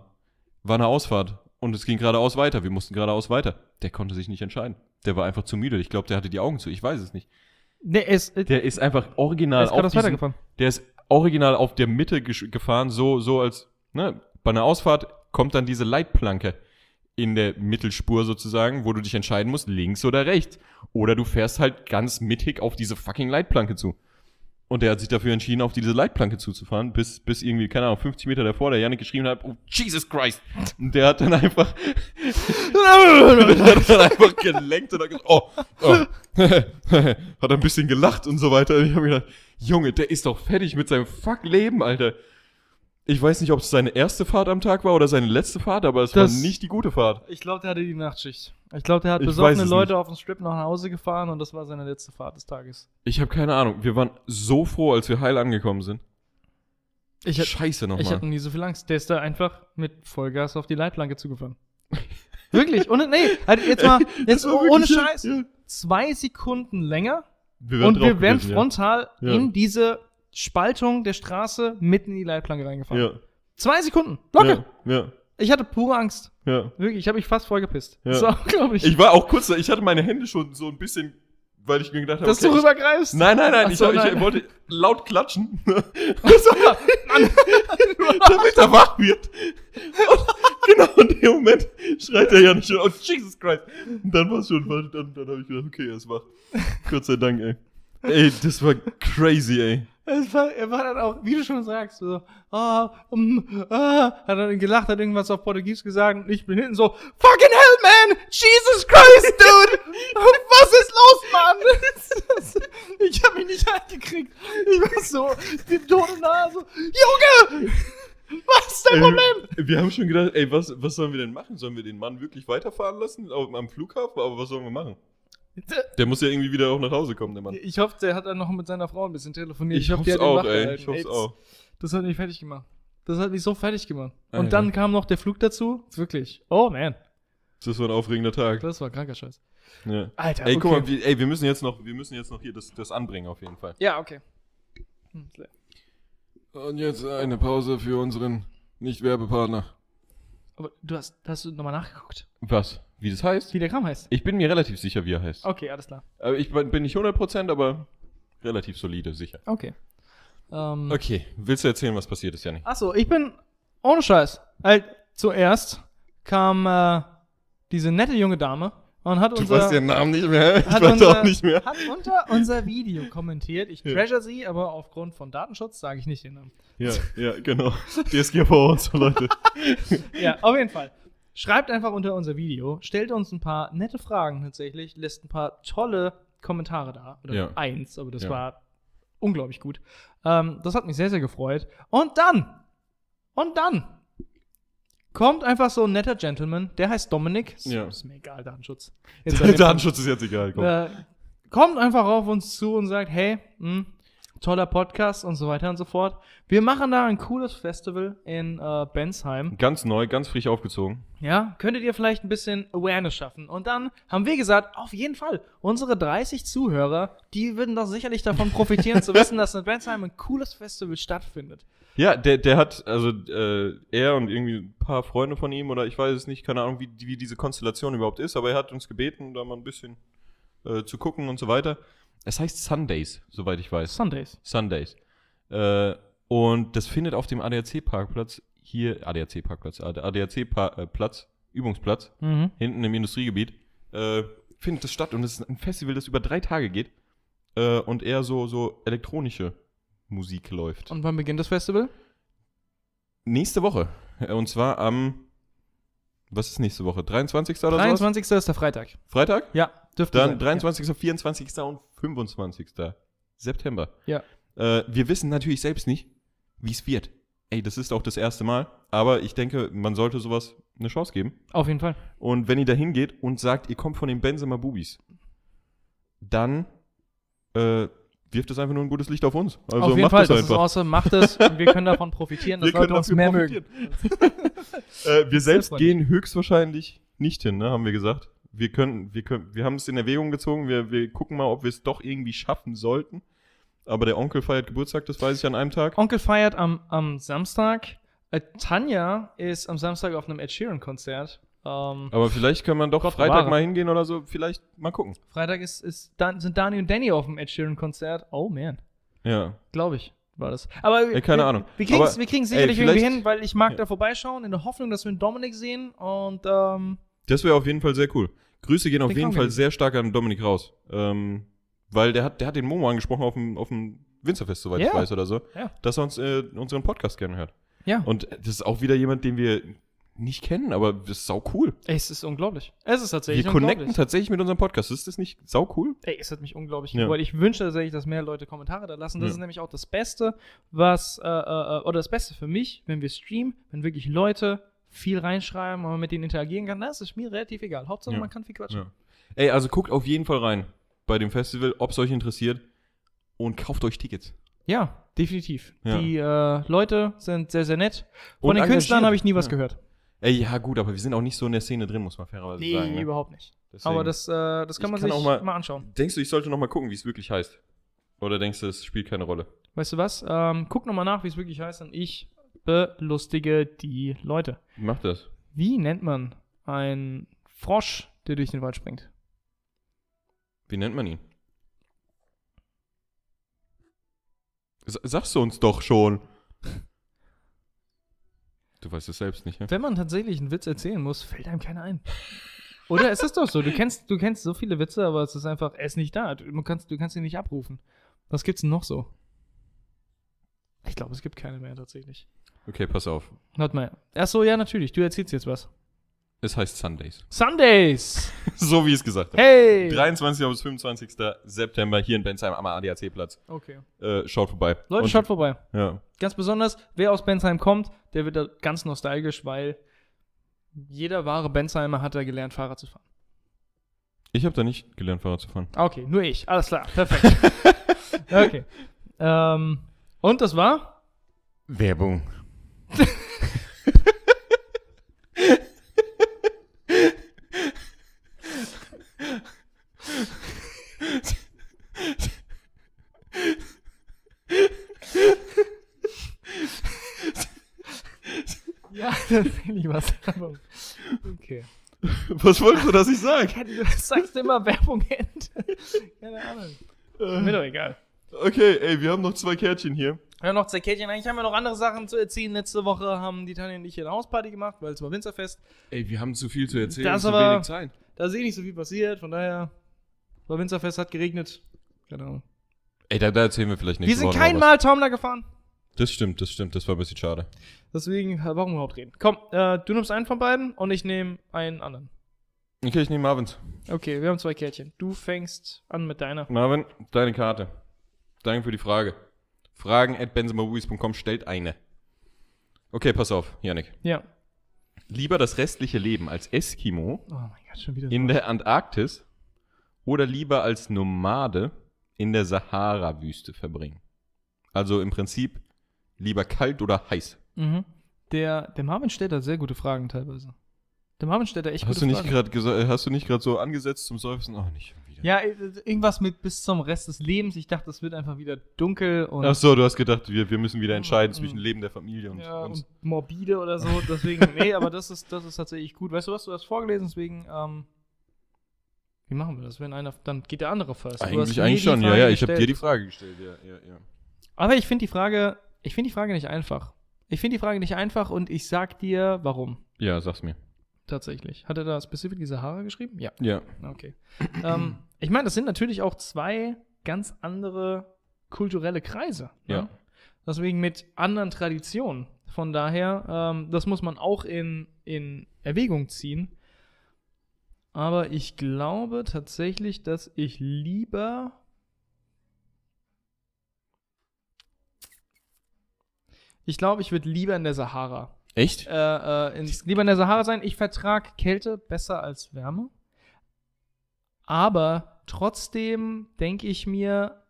War eine Ausfahrt. Und es ging geradeaus weiter. Wir mussten geradeaus weiter. Der konnte sich nicht entscheiden. Der war einfach zu müde. Ich glaube, der hatte die Augen zu. Ich weiß es nicht. Nee, es, es, Der ist einfach original ist auf gerade was diesen, weitergefahren. Der ist original auf der Mitte gesch- gefahren, so, so als, ne, bei einer Ausfahrt kommt dann diese Leitplanke. in der Mittelspur sozusagen, wo du dich entscheiden musst, links oder rechts. Oder du fährst halt ganz mittig auf diese fucking Leitplanke zu. Und der hat sich dafür entschieden, auf diese Leitplanke zuzufahren, bis, bis irgendwie, keine Ahnung, 50 Meter davor, der Janik geschrieben hat, oh, Jesus Christ. Und der hat dann einfach, der hat dann einfach gelenkt und hat gesagt, oh, oh. hat ein bisschen gelacht und so weiter. Und ich habe mir gedacht, Junge, der ist doch fertig mit seinem fuck Leben, Alter. Ich weiß nicht, ob es seine erste Fahrt am Tag war oder seine letzte Fahrt, aber es Das- war nicht die gute Fahrt. Ich glaube, der hatte die Nachtschicht. Ich glaube, der hat Ich weiß besoffene es Leute auf den Strip nach Hause gefahren und das war seine letzte Fahrt des Tages. Ich habe keine Ahnung. Wir waren so froh, als wir heil angekommen sind. Ich, hab- Scheiße ich nochmal. hatte nie so viel Angst. Der ist da einfach mit Vollgas auf die Leitplanke zugefahren. wirklich? Ohne, nee, halt jetzt mal, jetzt Das war wirklich- ohne Scheiß. Ja. Zwei Sekunden länger Wir und wir drauf wären gewesen, ja. frontal Ja. in diese Spaltung der Straße mitten in die Leitplanke reingefahren. Ja. Zwei Sekunden. Locker. Ja. ja. Ich hatte pure Angst. Ja. Wirklich, ich habe mich fast vollgepisst. Ja. Das war unglaublich. Ich war auch kurz, ich hatte meine Hände schon so ein bisschen, weil ich mir gedacht habe, dass du okay, rübergreifst. ich, nein, nein, nein, Ach ich, so, hab- ich nein. wollte laut klatschen, damit er wach wird. Und genau in dem Moment schreit er ja nicht schon, oh Jesus Christ. Und dann war es schon, wach. dann, dann habe ich gedacht, okay, er ist wach. Gott sei Dank, ey. Ey, das war crazy, ey. Es war, er war dann auch, wie du schon sagst, so, ah, mm, ah, hat dann gelacht, hat irgendwas auf Portugies gesagt und ich bin hinten so, fucking hell, man! Jesus Christ, dude! Was ist los, Mann? ich hab mich nicht eingekriegt. Ich war so, die tote Nase. Junge! Was ist dein Ey, Problem? Wir haben schon gedacht, ey, was, was sollen wir denn machen? Sollen wir den Mann wirklich weiterfahren lassen auf, am Flughafen? Aber was sollen wir machen? Der muss ja irgendwie wieder auch nach Hause kommen, der Mann. Ich hoffe, der hat dann noch mit seiner Frau ein bisschen telefoniert. Ich, hoffe, die hoff's hat ihn auch, wachgehalten. ey. Ich hoff's Ey, auch. Das hat mich fertig gemacht. Das hat mich so fertig gemacht. Und Alter. dann kam noch der Flug dazu. Wirklich. Oh man, Das war ein aufregender Tag. das war kranker Scheiß. Ja. Alter, Ey, okay. guck mal, wir, ey, wir müssen jetzt noch, wir müssen jetzt noch hier das, das anbringen auf jeden Fall. ja, okay. Hm, ist leer. Und jetzt eine Pause für unseren Nicht-Werbepartner. Aber du hast, hast du nochmal nachgeguckt, Was? Wie das heißt? wie der Kram heißt. Ich bin mir relativ sicher, wie er heißt. Okay, alles klar. Aber ich bin bin nicht 100%, aber relativ solide, sicher. Okay. Ähm, Okay, willst du erzählen, was passiert ist, Janik? Achso, ich bin ohne Scheiß. Halt, zuerst kam äh, diese nette junge Dame und hat unser. Namen nicht mehr. Ich hat weiß unser, auch nicht mehr. Hat unter unser Video kommentiert. Ich Ja. treasure sie, aber aufgrund von Datenschutz sage ich nicht den Namen. Ja, ja, genau. DSGVO und so, Leute. Ja, auf jeden Fall. Schreibt einfach unter unser Video, stellt uns ein paar nette Fragen tatsächlich, lässt ein paar tolle Kommentare da. Oder Ja. eins, aber das Ja. war unglaublich gut. Ähm, das hat mich sehr, sehr gefreut. Und dann, und dann kommt einfach so ein netter Gentleman, der heißt Dominik. Ist- Ja. Ist mir egal, Datenschutz. Jetzt Der an dem- Datenschutz ist jetzt egal. Komm. äh, kommt einfach auf uns zu und sagt, hey, mh, toller Podcast und so weiter und so fort. Wir machen da ein cooles Festival in äh, Bensheim. Ganz neu, ganz frisch aufgezogen. Ja, könntet ihr vielleicht ein bisschen Awareness schaffen. Und dann haben wir gesagt, auf jeden Fall, unsere 30 Zuhörer, die würden doch sicherlich davon profitieren, zu wissen, dass in Bensheim ein cooles Festival stattfindet. Ja, der, der hat, also äh, er und irgendwie ein paar Freunde von ihm oder ich weiß es nicht, keine Ahnung, wie, wie diese Konstellation überhaupt ist, aber er hat uns gebeten, da mal ein bisschen äh, zu gucken und so weiter. Es heißt Sundays, soweit ich weiß. Sundays. Sundays. Äh, und das findet auf dem ADAC-Parkplatz hier, ADAC-Parkplatz, ADAC-Platz, Übungsplatz, Mhm. hinten im Industriegebiet, äh, findet das statt und es ist ein Festival, das über drei Tage geht äh, und eher so, so elektronische Musik läuft. Und wann beginnt das Festival? Nächste Woche. Äh, Und zwar am. Was ist nächste Woche? 23. oder so? 23. ist der Freitag. Freitag? Ja, dürfte Dann sein. 23., 24. und 25. September. Ja. Äh, wir wissen natürlich selbst nicht, wie es wird. Ey, das ist auch das erste Mal. Aber ich denke, man sollte sowas eine Chance geben. Ja, auf jeden Fall. Und wenn ihr da hingeht und sagt, ihr kommt von den Benzema Bubis, dann äh, wirft es einfach nur ein gutes Licht auf uns. Also auf jeden macht Fall, das das ist einfach. awesome. Macht es. Und wir können davon profitieren, dass Leute uns mehr mögen. äh, wir selbst freundlich. gehen höchstwahrscheinlich nicht hin, ne, haben wir gesagt. Wir können, wir können, wir haben es in Erwägung gezogen. Wir, wir gucken mal, ob wir es doch irgendwie schaffen sollten. Aber der Onkel feiert Geburtstag, das weiß ich an einem Tag. Onkel feiert am, am Samstag. Äh, Tanja ist am Samstag auf einem Ed Sheeran-Konzert. Ähm, Aber vielleicht kann man doch Gott Freitag bewahre. mal hingehen oder so. Vielleicht mal gucken. Freitag ist, ist Dan, sind Dani und Danny auf dem Ed Sheeran-Konzert. Oh man, Ja. glaube ich, war das. Aber wir- Ey, keine wir, Ahnung. Wir kriegen's- Aber, wir kriegen ey, sicherlich irgendwie vielleicht- hin, weil ich mag Ja. da vorbeischauen, in der Hoffnung, dass wir einen Dominik sehen. Und ähm, Das wäre auf jeden Fall sehr cool. Grüße gehen auf Den jeden Kram Fall gehen. sehr stark an Dominik raus. Ähm, weil der hat, der hat den Momo angesprochen auf dem, auf dem Winzerfest, soweit ich Ja. weiß oder so, Ja. dass er uns äh, unseren Podcast gerne hört. Ja. Und das ist auch wieder jemand, den wir nicht kennen, aber das ist sau cool. Es ist unglaublich. Es ist Wir tatsächlich connecten unglaublich. tatsächlich mit unserem Podcast. Ist das nicht sau cool? Ey, es hat mich unglaublich Ja. gefreut. Ich wünsche tatsächlich, dass mehr Leute Kommentare da lassen. Das Ja. ist nämlich auch das Beste, was, äh, äh, äh, oder das Beste für mich, wenn wir streamen, wenn wirklich Leute viel reinschreiben und man mit denen interagieren kann. Das ist mir relativ egal. Hauptsache, Ja. man kann viel quatschen. Ja. Ey, also guckt auf jeden Fall rein bei dem Festival, ob es euch interessiert und kauft euch Tickets. Ja, definitiv. Ja. Die äh, Leute sind sehr, sehr nett. Von Und den Künstlern engagiert. habe ich nie was Ja. gehört. Ey, ja gut, aber wir sind auch nicht so in der Szene drin, muss man fairerweise Nee, sagen. Ne? überhaupt nicht. Deswegen. Aber das, äh, das kann Ich man kann sich auch mal- mal, anschauen. Denkst du, ich sollte noch mal gucken, wie es wirklich heißt? Oder denkst du, es spielt keine Rolle? Weißt du was? Ähm, guck nochmal nach, wie es wirklich heißt und ich belustige die Leute. Macht das. Wie nennt man einen Frosch, der durch den Wald springt? Wie nennt man ihn? S sagst du uns doch schon. Du weißt es selbst nicht, ne? Wenn man tatsächlich einen Witz erzählen muss, fällt einem keiner ein. Oder es ist doch so, du kennst, du kennst so viele Witze, aber es ist einfach, er ist nicht da. Du du kannst, du kannst ihn nicht abrufen. Was gibt's denn noch so? Ich glaube, es gibt keine mehr tatsächlich. Okay, pass auf. Warte mal. Ach so, ja, natürlich. Du erzählst jetzt was. Es heißt Sundays. Sundays! so wie ich es gesagt habe. Hey! 23. bis 25. September hier in Bensheim am ADAC-Platz. Okay. Äh, schaut vorbei. Leute, Und- schaut vorbei. Ja. Ganz besonders, wer aus Bensheim kommt, der wird da ganz nostalgisch, weil jeder wahre Bensheimer hat da gelernt, Fahrrad zu fahren. Ich habe da nicht gelernt, Fahrrad zu fahren. Ah, Okay, nur ich. Alles klar, perfekt. okay. Ähm, und das war? Werbung. Ja, tatsächlich was. Okay. Was wolltest du, dass ich sage? Du sagst immer Werbung Ende. Keine Ahnung. Mir doch egal. Okay, ey, wir haben noch zwei Kärtchen hier. Ja, noch zwei Kärtchen. Eigentlich haben wir noch andere Sachen zu erzählen. Letzte Woche haben die Tanja und ich hier eine Hausparty gemacht, weil es war Winzerfest. Ey, wir haben zu viel zu erzählen, Das aber- Zeit. Da ist eh nicht so viel passiert, von daher. War Winzerfest, hat geregnet. Keine Ahnung. Ey, da, da erzählen wir vielleicht nicht. Wir sind kein Mal Taumler gefahren. Das stimmt, das stimmt, das war ein bisschen schade. Deswegen, äh, warum überhaupt reden? Komm, äh, du nimmst einen von beiden und ich nehme einen anderen. Okay, ich nehme Marvins. Okay, wir haben zwei Kärtchen. Du fängst an mit deiner. Marvin, deine Karte. Danke für die Frage. Fragen at benzemamovies.com stellt eine. Okay, pass auf, Janik. Ja. Lieber das restliche Leben als Eskimo Oh mein Gott, schon wieder. in der Antarktis oder lieber als Nomade in der Sahara-Wüste verbringen? Also im Prinzip lieber kalt oder heiß. mhm. der, der Marvin stellt da sehr gute Fragen teilweise. Der Marvin stellt da echt Hast gute du nicht Fragen. gerade gesa- hast du nicht gerade so angesetzt zum Seufzen? Oh, nicht schon wieder. ja, äh, irgendwas mit bis zum Rest des Lebens. Ich dachte, es wird einfach wieder dunkel und, Ach so, du hast gedacht, wir, wir müssen wieder entscheiden Mhm. zwischen Leben der Familie und ja, uns. und morbide oder so. Deswegen, nee, aber das ist, das ist tatsächlich gut. Weißt du was, du hast vorgelesen, deswegen, ähm, wie machen wir das? Wenn einer, dann geht der andere first. Du hast Eigentlich, mir eigentlich die schon, ja, Frage ja, ich habe gestellt. dir die Frage gestellt, ja, ja, ja. Aber ich finde die Frage, ich finde die Frage nicht einfach. Ich finde die Frage nicht einfach und ich sag dir, warum. Ja, sag's mir. Tatsächlich. Hat er da specific die Sahara geschrieben? Ja. Ja. Okay. ähm, ich meine, das sind natürlich auch zwei ganz andere kulturelle Kreise. ne? Ja. Deswegen mit anderen Traditionen. Von daher, ähm, das muss man auch in, in Erwägung ziehen. Aber ich glaube tatsächlich, dass ich lieber. Ich glaube, ich würde lieber in der Sahara Echt? äh, äh, ins, lieber in der Sahara sein. Ich vertrag Kälte besser als Wärme. Aber trotzdem denke ich mir,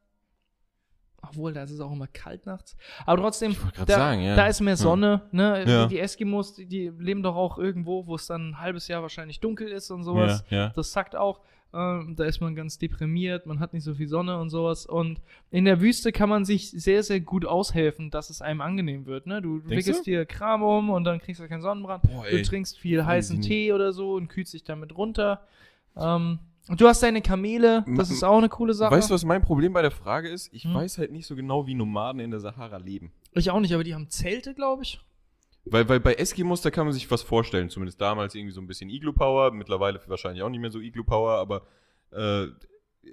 obwohl, da ist es auch immer kalt nachts. Aber trotzdem, wollte grad da, sagen, ja. da ist mehr Sonne. Ne? Ja. Die Eskimos, die, die leben doch auch irgendwo, wo es dann ein halbes Jahr wahrscheinlich dunkel ist und sowas. Ja, Das sagt auch. Ähm, da ist man ganz deprimiert, man hat nicht so viel Sonne und sowas. Und in der Wüste kann man sich sehr, sehr gut aushelfen, dass es einem angenehm wird. Ne? Du Denkst wickelst dir Kram um und dann kriegst du keinen Sonnenbrand. Boah, du ey. trinkst viel heißen nicht. Tee oder so und kühlst dich damit runter. Ähm, und du hast deine Kamele, das M- ist auch eine coole Sache. Weißt du, was mein Problem bei der Frage ist? Ich Hm? weiß halt nicht so genau, wie Nomaden in der Sahara leben. Ich auch nicht, aber die haben Zelte, glaube ich. Weil, weil bei Eskimos, da kann man sich was vorstellen. Zumindest damals irgendwie so ein bisschen Igloo-Power. Mittlerweile wahrscheinlich auch nicht mehr so Igloo-Power, aber äh,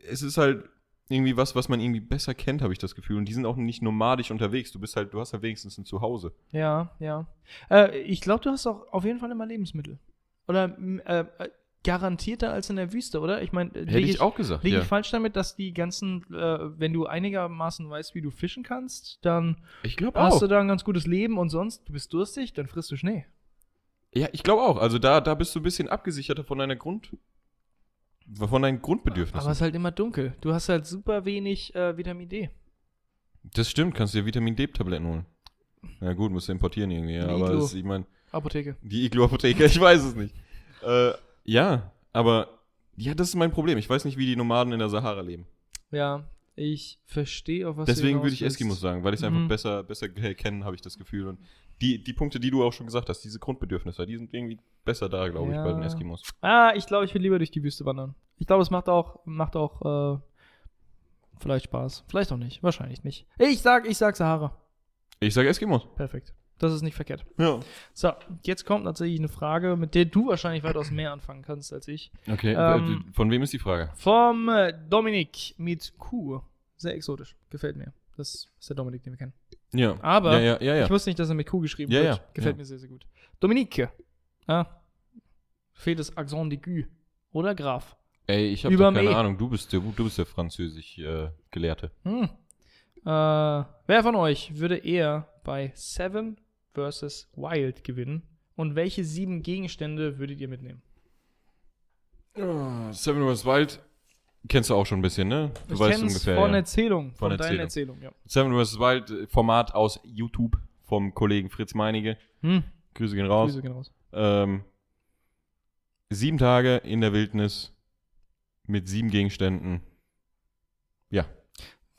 es ist halt irgendwie was, was man irgendwie besser kennt, habe ich das Gefühl. Und die sind auch nicht nomadisch unterwegs. Du bist halt, du hast ja wenigstens ein Zuhause. Ja, ja. Äh, ich glaube, du hast auch auf jeden Fall immer Lebensmittel. Oder m, äh, äh, garantierter als in der Wüste, oder? Ich äh, meine, Hätte ich, auch gesagt. Liege Ja. ich falsch damit, dass die ganzen, äh, wenn du einigermaßen weißt, wie du fischen kannst, dann Ich glaube hast auch. du da ein ganz gutes Leben und sonst, du bist durstig, dann frisst du Schnee. Ja, ich glaube auch. Also da, da bist du ein bisschen abgesicherter von deiner Grund, von deinen Grundbedürfnissen. Aber es ist halt immer dunkel. Du hast halt super wenig äh, Vitamin D. das stimmt, kannst du dir Vitamin D-Tabletten holen. Na gut, musst du importieren irgendwie, ja, Ein aber Iglo. es, ich meine, Apotheke. die Iglo-Apotheke, ich weiß es nicht. Äh, ja, aber ja, das ist mein Problem. Ich weiß nicht, wie die Nomaden in der Sahara leben. Ja, ich verstehe, auf was du Deswegen hinaus würde ich willst. Eskimos sagen, weil ich es einfach Mhm. besser, besser ke- kennen, habe ich das Gefühl. Und die, die Punkte, die du auch schon gesagt hast, diese Grundbedürfnisse, die sind irgendwie besser da, glaube ich, bei den Ja. Eskimos. Ah, ich glaube, ich will lieber durch die Wüste wandern. Ich glaube, es macht auch, macht auch äh, vielleicht Spaß. Vielleicht auch nicht. Wahrscheinlich nicht. Ich sag, ich sag Sahara. Ich sage Eskimos. Perfekt. Das ist nicht verkehrt. Ja. So, jetzt kommt tatsächlich eine Frage, mit der du wahrscheinlich weitaus mehr anfangen kannst als ich. Okay, äh, Ähm, von wem ist die Frage? Vom äh, Dominik mit Q. Sehr exotisch. Gefällt mir. Das ist der Dominik, den wir kennen. Ja. ja, Aber ja, ja, ja. Ich wusste nicht, dass er mit Q geschrieben Ja, wird. ja, Gefällt ja. mir sehr, sehr gut. Dominique. Ah. Fehlt das Accent aigu. Oder Graf. Ey, ich habe über keine May. Ahnung. Du bist der, du bist der französisch äh, Gelehrte. Hm. Äh, wer von euch würde eher bei Seven vs. Wild gewinnen? Und welche sieben Gegenstände würdet ihr mitnehmen? Seven vs. Wild kennst du auch schon ein bisschen, ne? Du weißt kenn's ungefähr. von ja. Erzählung. Von, deinen Erzählungen, ja. Seven vs. Wild äh, Format aus YouTube vom Kollegen Fritz Meinige. Hm. Grüße gehen raus. Grüße gehen raus. Ähm, sieben Tage in der Wildnis mit sieben Gegenständen.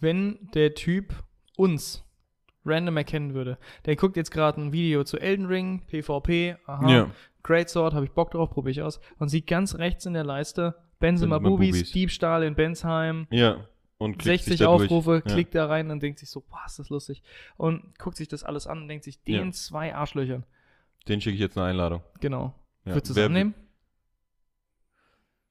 Wenn der Typ uns random erkennen würde, der guckt jetzt gerade ein Video zu Elden Ring, PvP, aha, Great Sword, habe ich Bock drauf, probiere ich aus. Und sieht ganz rechts in der Leiste Benzema, Benzema Bubis, Bubis. Diebstahl in Bensheim, Ja. Und klickt sich 60 da durch. Aufrufe, Ja. klickt da rein und denkt sich so, was ist das lustig. Und guckt sich das alles an und denkt sich, den Ja. zwei Arschlöchern. Den schicke ich jetzt eine Einladung. Genau. Ja. Würdest du es Wer- annehmen?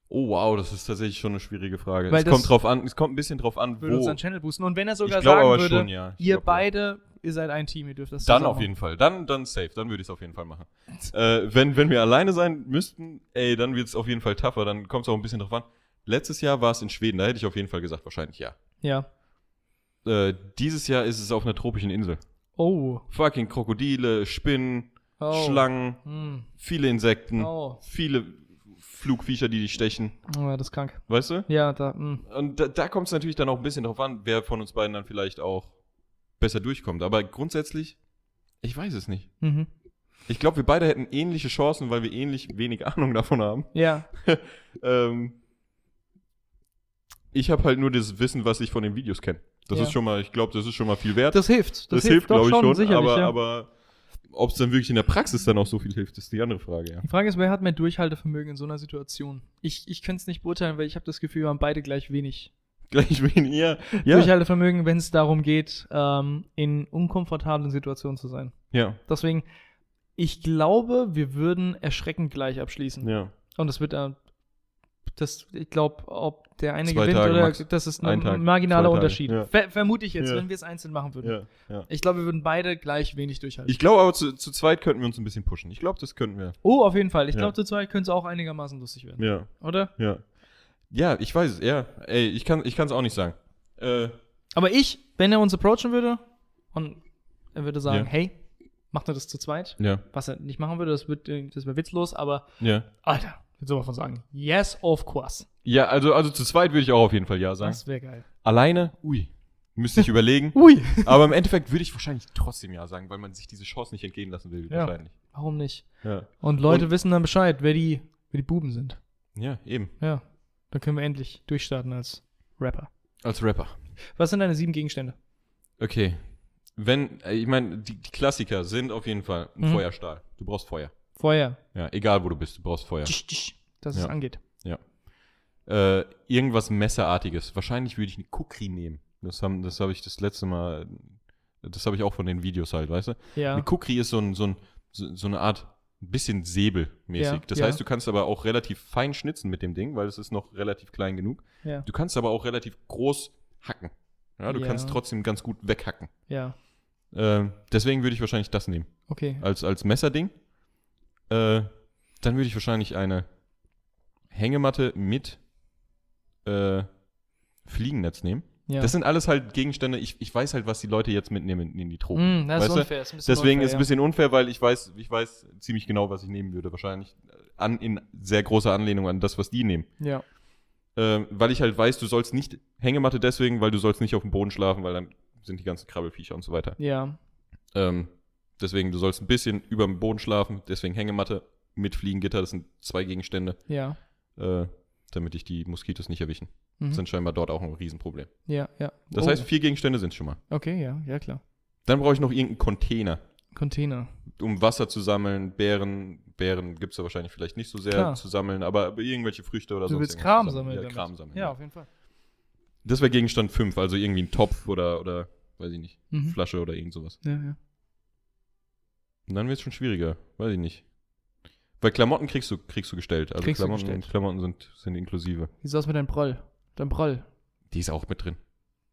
Oh wow, das ist tatsächlich schon eine schwierige Frage. Weil es das- kommt drauf an, es kommt ein bisschen drauf an, Würde wo. uns einen Channel boosten. Und wenn er ich sogar glaube sagen aber würde, schon, ja. Ich ihr glaub, ja. beide, ihr seid ein Team, ihr dürft das Dann zusammen auf machen. jeden Fall. Dann, dann safe. Dann würde ich es auf jeden Fall machen. äh, wenn, wenn wir alleine sein müssten, ey, dann wird es auf jeden Fall tougher. Dann kommt es auch ein bisschen drauf an. Letztes Jahr war es in Schweden, da hätte ich auf jeden Fall gesagt, wahrscheinlich ja. Ja. Äh, dieses Jahr ist es auf einer tropischen Insel. Oh. Fucking Krokodile, Spinnen, oh. Schlangen, Hm. viele Insekten, Oh. viele Flugviecher, die dich stechen. oh, ja, das ist krank. Weißt du? Ja, da, hm. Und da, da kommt es natürlich dann auch ein bisschen drauf an, wer von uns beiden dann vielleicht auch besser durchkommt. Aber grundsätzlich, ich weiß es nicht. mhm. Ich glaube, wir beide hätten ähnliche Chancen, weil wir ähnlich wenig Ahnung davon haben. Ja, Ähm, ich habe halt nur das Wissen, was ich von den Videos kenne. Das Ja. ist schon mal, ich glaube, das ist schon mal viel wert. das hilft. Das, hilft, doch glaub schon, sicherlich. aber ja. aber ob es dann wirklich in der Praxis dann auch so viel hilft, ist die andere Frage, ja. Die Frage ist, wer hat mehr Durchhaltevermögen in so einer Situation? Ich, ich könnte es nicht beurteilen, weil ich habe das Gefühl, wir haben beide gleich wenig Gleich wen ihr. Ja, Durchhaltevermögen, wenn es darum geht, ähm, in unkomfortablen Situationen zu sein. ja, Deswegen, ich glaube, wir würden erschreckend gleich abschließen. ja. Und es wird, äh, das, ich glaube, ob der eine Zwei gewinnt Tage oder max. das ist ein Ein Tag, marginaler zwei Tage, Unterschied. ja. Ver vermute ich jetzt, Ja. wenn wir es einzeln machen würden. ja, ja. Ich glaube, wir würden beide gleich wenig durchhalten. Ich glaube aber, zu, zu zweit könnten wir uns ein bisschen pushen. Ich glaube, das könnten wir. oh, auf jeden Fall. Ich Ja. glaube, zu zweit könnte es auch einigermaßen lustig werden. Ja, Oder? ja. Ja, ich weiß es, ja. Ey, ich kann es auch nicht sagen. Äh, Aber ich, wenn er uns approachen würde und er würde sagen, Ja. hey, macht er das zu zweit? ja, Was er nicht machen würde, das, wird, äh, das wäre witzlos, aber ja. Alter, würde sowas von sagen. Yes, of course. Ja, also, also zu zweit würde ich auch auf jeden Fall ja sagen. Das wäre geil. Alleine, ui, müsste ich überlegen. Ui. Aber im Endeffekt würde ich wahrscheinlich trotzdem ja sagen, weil man sich diese Chance nicht entgehen lassen will, Ja. wahrscheinlich. Warum nicht? Ja. Und Leute wissen dann Bescheid, wer die, wer die Buben sind. ja, eben. Ja. Dann können wir endlich durchstarten als Rapper. Als Rapper. Was sind deine sieben Gegenstände? Okay. Wenn, äh, ich meine, die, die Klassiker sind auf jeden Fall ein Mhm. Feuerstahl. Du brauchst Feuer. Feuer. Ja, egal wo du bist, du brauchst Feuer. Tsch, tsch, Dass es Ja. angeht. Äh, irgendwas Messerartiges. Wahrscheinlich würde ich eine Kukri nehmen. Das haben, das habe ich das letzte Mal, das habe ich auch von den Videos halt, weißt du? Ja. Eine Kukri ist so ein, so ein, so, so eine Art ein bisschen säbelmäßig. Ja, das ja. heißt, du kannst aber auch relativ fein schnitzen mit dem Ding, weil es ist noch relativ klein genug. Ja. Du kannst aber auch relativ groß hacken. Ja, du Ja. kannst trotzdem ganz gut weghacken. Ja. Ähm, deswegen würde ich wahrscheinlich das nehmen. Okay. Als, als Messerding. Äh, dann würde ich wahrscheinlich eine Hängematte mit äh, Fliegennetz nehmen. Ja. Das sind alles halt Gegenstände. Ich, ich weiß halt, was die Leute jetzt mitnehmen in, in die Tropen. Mm, das ist weißt du? unfair. Ist ein bisschen Deswegen unfair, ist es ein ja. bisschen unfair, weil ich weiß, ich weiß ziemlich genau, was ich nehmen würde. Wahrscheinlich äh, an, in sehr großer Anlehnung an das, was die nehmen. Ja. Ähm, weil ich halt weiß, du sollst nicht Hängematte deswegen, weil du sollst nicht auf dem Boden schlafen, weil dann sind die ganzen Krabbelfiecher und so weiter. Ja. Ähm, deswegen, du sollst ein bisschen über dem Boden schlafen, deswegen Hängematte mit Fliegengitter, das sind zwei Gegenstände, Ja. äh, damit dich die Moskitos nicht erwischen. Mhm. Sind scheinbar dort auch ein Riesenproblem. ja. Ja. Das Oh, heißt, vier Gegenstände sind schon mal. Okay, ja. Ja, klar. Dann brauche ich noch irgendeinen Container. Container. um Wasser zu sammeln, Beeren, Beeren gibt es ja wahrscheinlich vielleicht nicht so sehr Klar. zu sammeln, aber aber irgendwelche Früchte oder Du sonst willst irgendwas Kram zu sammeln. Ja, damit. Kram sammeln. Ja, Ja. auf jeden Fall. Das wäre Gegenstand 5, also irgendwie ein Topf oder, oder weiß ich nicht, Mhm. Flasche oder irgend sowas. Ja, ja. Und dann wird es schon schwieriger, weiß ich nicht. Weil Klamotten kriegst du, kriegst du gestellt. Also Kriegst du Klamotten, gestellt. Klamotten sind, sind inklusive. Wie sieht's aus mit deinem Proll? Dein Proll. Die ist auch mit drin.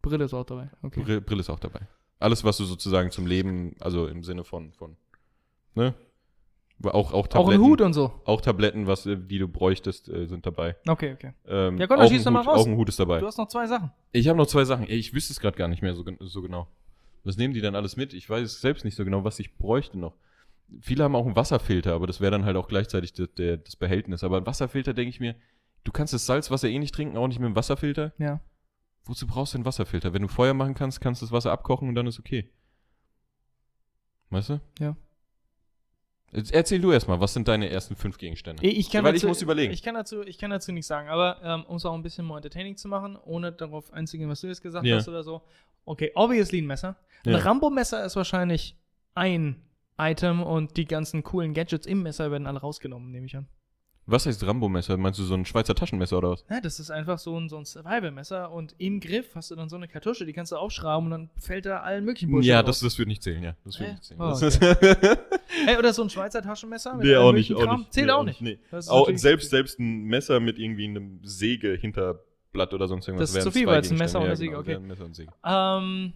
Brille ist auch dabei. Okay. Brille, Brille ist auch dabei. Alles, was du sozusagen zum Leben, also im Sinne von, von ne? Auch, auch Auch Tabletten. ein Hut und so. Auch Tabletten, was, äh, die du bräuchtest, äh, sind dabei. Okay, okay. Ähm, Ja, komm, dann auch schieß ein doch Hut, mal raus. Auch ein Hut ist dabei. Du hast noch zwei Sachen. Ich habe noch zwei Sachen. Ey, Ich wüsste es gerade gar nicht mehr so, gen- so genau. Was nehmen die dann alles mit? Ich weiß es selbst nicht so genau, was ich bräuchte noch. Viele haben auch einen Wasserfilter, aber das wäre dann halt auch gleichzeitig der, der, das Behältnis. Aber ein Wasserfilter denke ich mir, du kannst das Salzwasser eh nicht trinken, auch nicht mit dem Wasserfilter. Ja. Wozu brauchst du einen Wasserfilter? Wenn du Feuer machen kannst, kannst du das Wasser abkochen und dann ist okay. Weißt du? Ja. Jetzt Erzähl du erstmal, was sind deine ersten fünf Gegenstände? Ich, ich kann Weil ich dazu, muss überlegen. Ich kann dazu, ich kann dazu nichts sagen, aber ähm, um es auch ein bisschen more entertaining zu machen, ohne darauf einzugehen, was du jetzt gesagt Ja. hast oder so. Okay, obviously ein Messer. Ja. Ein Rambo-Messer ist wahrscheinlich ein Item und die ganzen coolen Gadgets im Messer werden alle rausgenommen, nehme ich an. Was heißt Rambo-Messer? Meinst du so ein Schweizer Taschenmesser oder was? Ja, Ne, das ist einfach so ein, so ein Survival-Messer und im Griff hast du dann so eine Kartusche, die kannst du aufschrauben und dann fällt da allen möglichen Bullshit ja, raus. das, das wird nicht zählen, ja. Das wird Äh, nicht zählen. oh, Das okay. ist, Ey, oder so ein Schweizer Taschenmesser? mit Nee, allem auch möglichen nicht, auch Kram? nicht. Zählt Nee, auch nicht. Nee. Das ist Auch, natürlich- selbst, selbst ein Messer mit irgendwie einem Säge hinterblatt oder sonst irgendwas. Das ist wären zu viel, zwei weil es ein Messer und eine Gegenstände. Säge, Ja, genau, wären ein Messer und Säge. Ähm,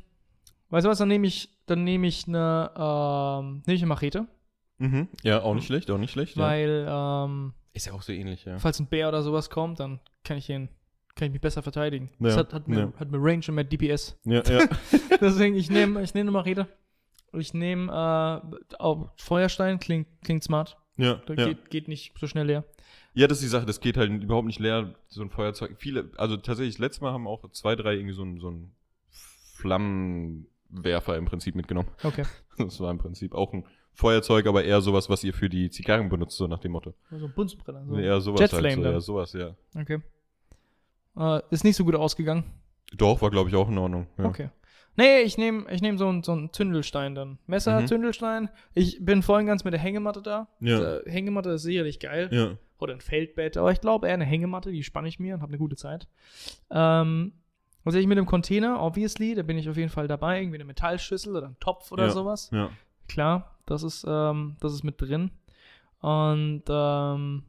weißt du was, dann nehme ich, dann nehme ich eine, ähm, nehme ich eine Machete, Mhm. Ja, auch nicht schlecht, auch nicht schlecht. Ja. weil, ähm, Ist ja auch so ähnlich, ja. falls ein Bär oder sowas kommt, dann kann ich ihn, kann ich mich besser verteidigen. Das Ja, hat, hat, mehr, ja. hat mehr Range und mehr DPS. Ja, ja. Deswegen, ich nehme, ich nehme eine Machete. Ich nehme, äh, auch Feuerstein, klingt, klingt smart. ja, Da ja. Geht, geht nicht so schnell leer. ja, das ist die Sache, das geht halt überhaupt nicht leer, so ein Feuerzeug. Viele, also tatsächlich, letztes Mal haben auch zwei, drei irgendwie so einen so einen Flammenwerfer im Prinzip mitgenommen. Okay. Das war im Prinzip auch ein Feuerzeug, aber eher sowas, was ihr für die Zigarren benutzt, so nach dem Motto. So ein Bunsenbrenner. So. Eher sowas Jet halt, Flame so, dann. ja, sowas, ja. Okay. Äh, ist nicht so gut ausgegangen. Doch, war glaube ich auch in Ordnung. Ja. Okay. Nee, ich nehme ich nehm so einen so einen Zündelstein dann. Messer, Mhm. Zündelstein. Ich bin voll und ganz mit der Hängematte da. Ja. Äh, Hängematte ist sicherlich geil. Ja. Oder ein Feldbett. Aber ich glaube eher eine Hängematte, die spanne ich mir und habe eine gute Zeit. Ähm, was sehe ich mit dem Container? Obviously, da bin ich auf jeden Fall dabei. Irgendwie eine Metallschüssel oder ein Topf oder Ja. sowas. ja. Klar, das ist, ähm, das ist mit drin. Und ähm,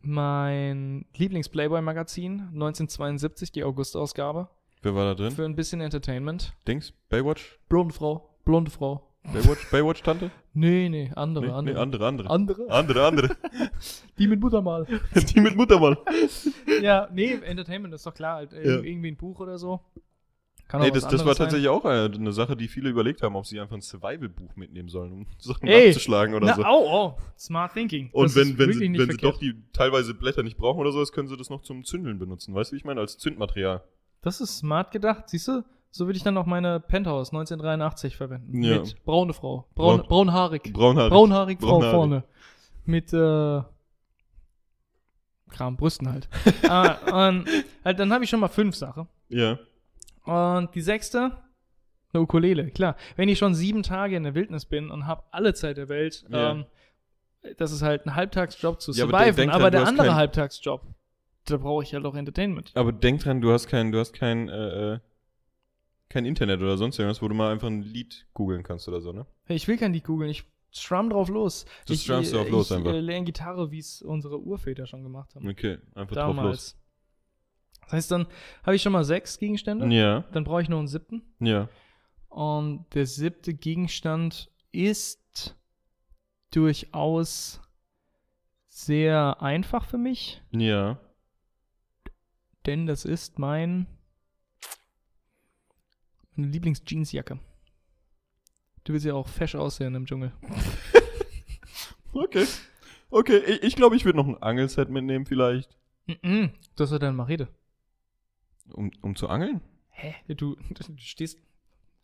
mein Lieblings-Playboy-Magazin, 1972, die August-Ausgabe. Wer war da drin? Für ein bisschen Entertainment. Dings? Baywatch? Blonde Frau. Blonde Frau. Baywatch? Baywatch-Tante? Nee, nee, andere, Nee, andere. nee, andere, andere. Ah. andere? Andere, andere. Die mit Muttermal. Die mit Muttermal. ja, nee, Entertainment ist doch klar. Halt, ir- Ja. Irgendwie ein Buch oder so. Kann Ey, das, das was war anderes sein. tatsächlich auch äh, eine, eine Sache, die viele überlegt haben, ob sie einfach ein Survival-Buch mitnehmen sollen, um Sachen Ey. abzuschlagen oder Na, so. oh, oh, smart thinking. Und Das wenn, ist wenn, wirklich sie, nicht wenn sie verkehrt. doch die teilweise Blätter nicht brauchen oder sowas, können sie das noch zum Zündeln benutzen. Weißt du, wie ich meine? Als Zündmaterial. Das ist smart gedacht, siehst du? So würde ich dann auch meine Penthouse 1983 verwenden. Ja. Mit braune Frau. Braun, Braun- braunhaarig. Braunhaarig. braunhaarig Frau Braunhaarig. vorne. Mit äh, Kram, Brüsten halt. ah, und, halt dann habe ich schon mal fünf Sachen. Ja. Und die sechste, eine Ukulele, klar. Wenn ich schon sieben Tage in der Wildnis bin und habe alle Zeit der Welt, Ja. ähm, das ist halt ein Halbtagsjob zu Ja, aber surviven. Aber, denk dran, du der hast andere kein- Halbtagsjob, da brauche ich halt auch Entertainment. Aber denk dran, du hast kein, du hast kein, äh, äh, kein Internet oder sonst irgendwas, wo du mal einfach ein Lied googeln kannst oder so, ne? Ich will kein Lied googeln, ich strum drauf los. Du strummst drauf los ich, einfach. äh, lerne Gitarre, wie es unsere Urväter schon gemacht haben. Okay, einfach drauf Damals. Das heißt, dann habe ich schon mal sechs Gegenstände. los. Ja, Dann brauche ich noch einen siebten. ja. Und der siebte Gegenstand ist durchaus sehr einfach für mich, Ja. denn das ist mein meine Lieblingsjeansjacke. Du willst ja auch fesch aussehen im Dschungel. Okay. Okay, ich glaube, ich, glaub, ich würde noch ein Angelset mitnehmen vielleicht. Mhm, das war deine Marede. Um, um zu angeln? Hä? Du, du stehst,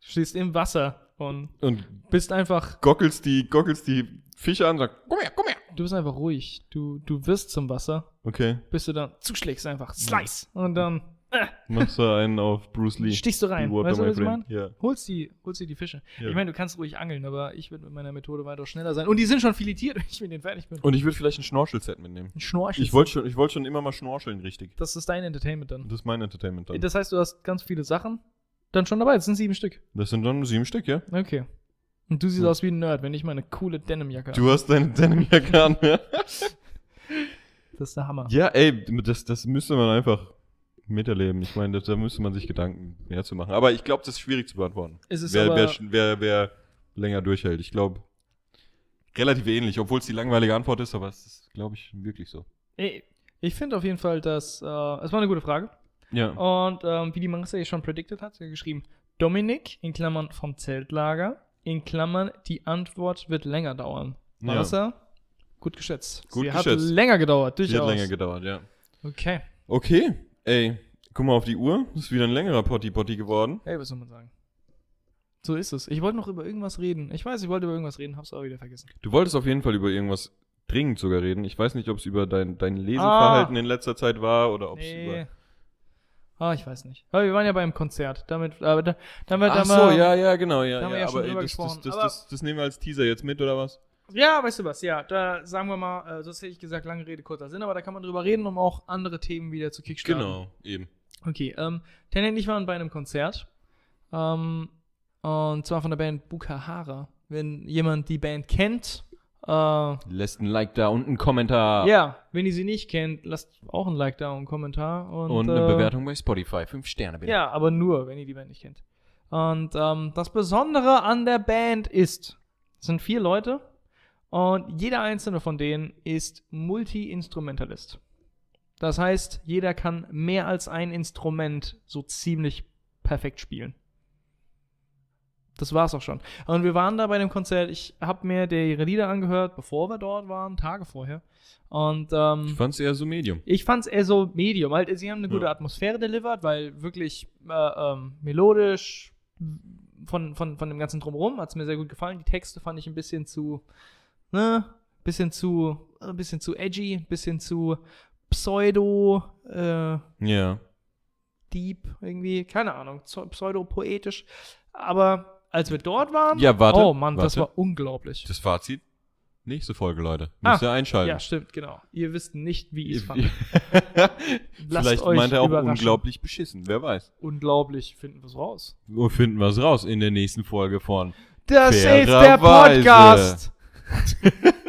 stehst im Wasser und Und bist einfach, gockelst die, gockelst die Fische an und sagst, komm her, komm her. du bist einfach ruhig. Du, du wirst zum Wasser, Okay, bis du dann zuschlägst einfach. Slice! Und dann äh, machst du einen auf Bruce Lee. stichst du rein. You water Weißt du, my was ich friend. meine? Ja. Holst die, holst die die Fische. Ja. Ich meine, du kannst ruhig angeln, aber ich würde mit meiner Methode weiter schneller sein. Und die sind schon filetiert, wenn ich mit denen fertig bin. Und ich würde vielleicht ein Schnorchelset mitnehmen. Ein Schnorchel. Ich wollte schon, ich wollt schon immer mal schnorcheln, richtig. das ist dein Entertainment dann. Das ist mein Entertainment dann. Das heißt, du hast ganz viele Sachen dann schon dabei. Das sind sieben Stück. Das sind dann sieben Stück, ja? Okay. Und du siehst Hm. aus wie ein Nerd, wenn ich meine coole Denim-Jacke habe. Du hast deine Denim-Jacke an, ja? Das ist der Hammer. Ja, ey, das, das müsste man einfach miterleben. Ich meine, da- da müsste man sich Gedanken mehr zu machen. Aber ich glaube, das ist schwierig zu beantworten. Es ist Wer, aber, wer, sch- wer, wer länger durchhält. Ich glaube, relativ ähnlich, obwohl es die langweilige Antwort ist, aber es ist, glaube ich, wirklich so. Ey, ich finde auf jeden Fall, dass. Äh, es war eine gute Frage. Ja. Und ähm, wie die Marissa hier schon predicted hat, sie hat geschrieben: Dominik, in Klammern vom Zeltlager, in Klammern, die Antwort wird länger dauern. Marissa, gut geschätzt. Gut sie hat geschätzt. länger ja. gedauert, Hat durchaus. länger gedauert, ja. okay. Okay, ey, guck mal auf die Uhr. Ist wieder ein längerer Potti-Potti geworden. Ey, was soll man sagen? So ist es. Ich wollte noch über irgendwas reden. Ich weiß, ich wollte über irgendwas reden, hab's aber wieder vergessen. Du wolltest auf jeden Fall über irgendwas dringend sogar reden. Ich weiß nicht, ob es über dein, dein Leseverhalten in letzter Zeit war oder ob es über. Ah. Nee. Ah, ich weiß nicht. Aber wir waren ja beim Konzert. Damit, aber da, damit Ach haben so, wir- ja, ja, genau, ja. da haben wir ja, ja schon aber ey, drüber das, das, gesprochen. das, Aber- das, das nehmen wir als Teaser jetzt mit, oder was? Ja, weißt du was, ja, da sagen wir mal, äh, sonst hätte ich gesagt, lange Rede, kurzer Sinn, aber da kann man drüber reden, um auch andere Themen wieder zu kickstarten. Genau, eben. Okay, ähm, Tanner und ich waren bei einem Konzert, ähm, und zwar von der Band Bukahara. Wenn jemand die Band kennt, äh, Lässt ein Like da und einen Kommentar. ja, wenn ihr sie nicht kennt, lasst auch ein Like da und einen Kommentar. Und, Und eine äh, Bewertung bei Spotify. Fünf Sterne bitte. Ja, aber nur, wenn ihr die Band nicht kennt. Und ähm, das Besondere an der Band ist, es sind vier Leute und jeder einzelne von denen ist Multi-Instrumentalist. Das heißt, jeder kann mehr als ein Instrument so ziemlich perfekt spielen. Das war's auch schon. Und wir waren da bei dem Konzert. Ich habe mir die Lieder angehört, bevor wir dort waren, Tage vorher. Und ähm, Ich fand's eher so Medium. ich fand's eher so medium. Halt, sie haben eine gute Ja. Atmosphäre delivered, weil wirklich äh, ähm, melodisch von, von, von dem ganzen Drumherum hat's mir sehr gut gefallen. Die Texte fand ich ein bisschen zu, ne, bisschen zu, ein bisschen zu edgy, ein bisschen zu pseudo, äh, Ja. deep irgendwie, keine Ahnung, zo- pseudo-poetisch. Aber als wir dort waren, Ja, warte. oh Mann, das warte. war unglaublich. Das Fazit. Nächste Folge, Leute. Ah, Müsst ihr einschalten. ja, stimmt, genau. Ihr wisst nicht, wie ich's fand. Lasst Vielleicht euch meint er auch überraschen. unglaublich beschissen. Wer weiß. Unglaublich, finden wir's raus. Wo finden wir es raus in der nächsten Folge von Das Fairerweise. ist der Podcast.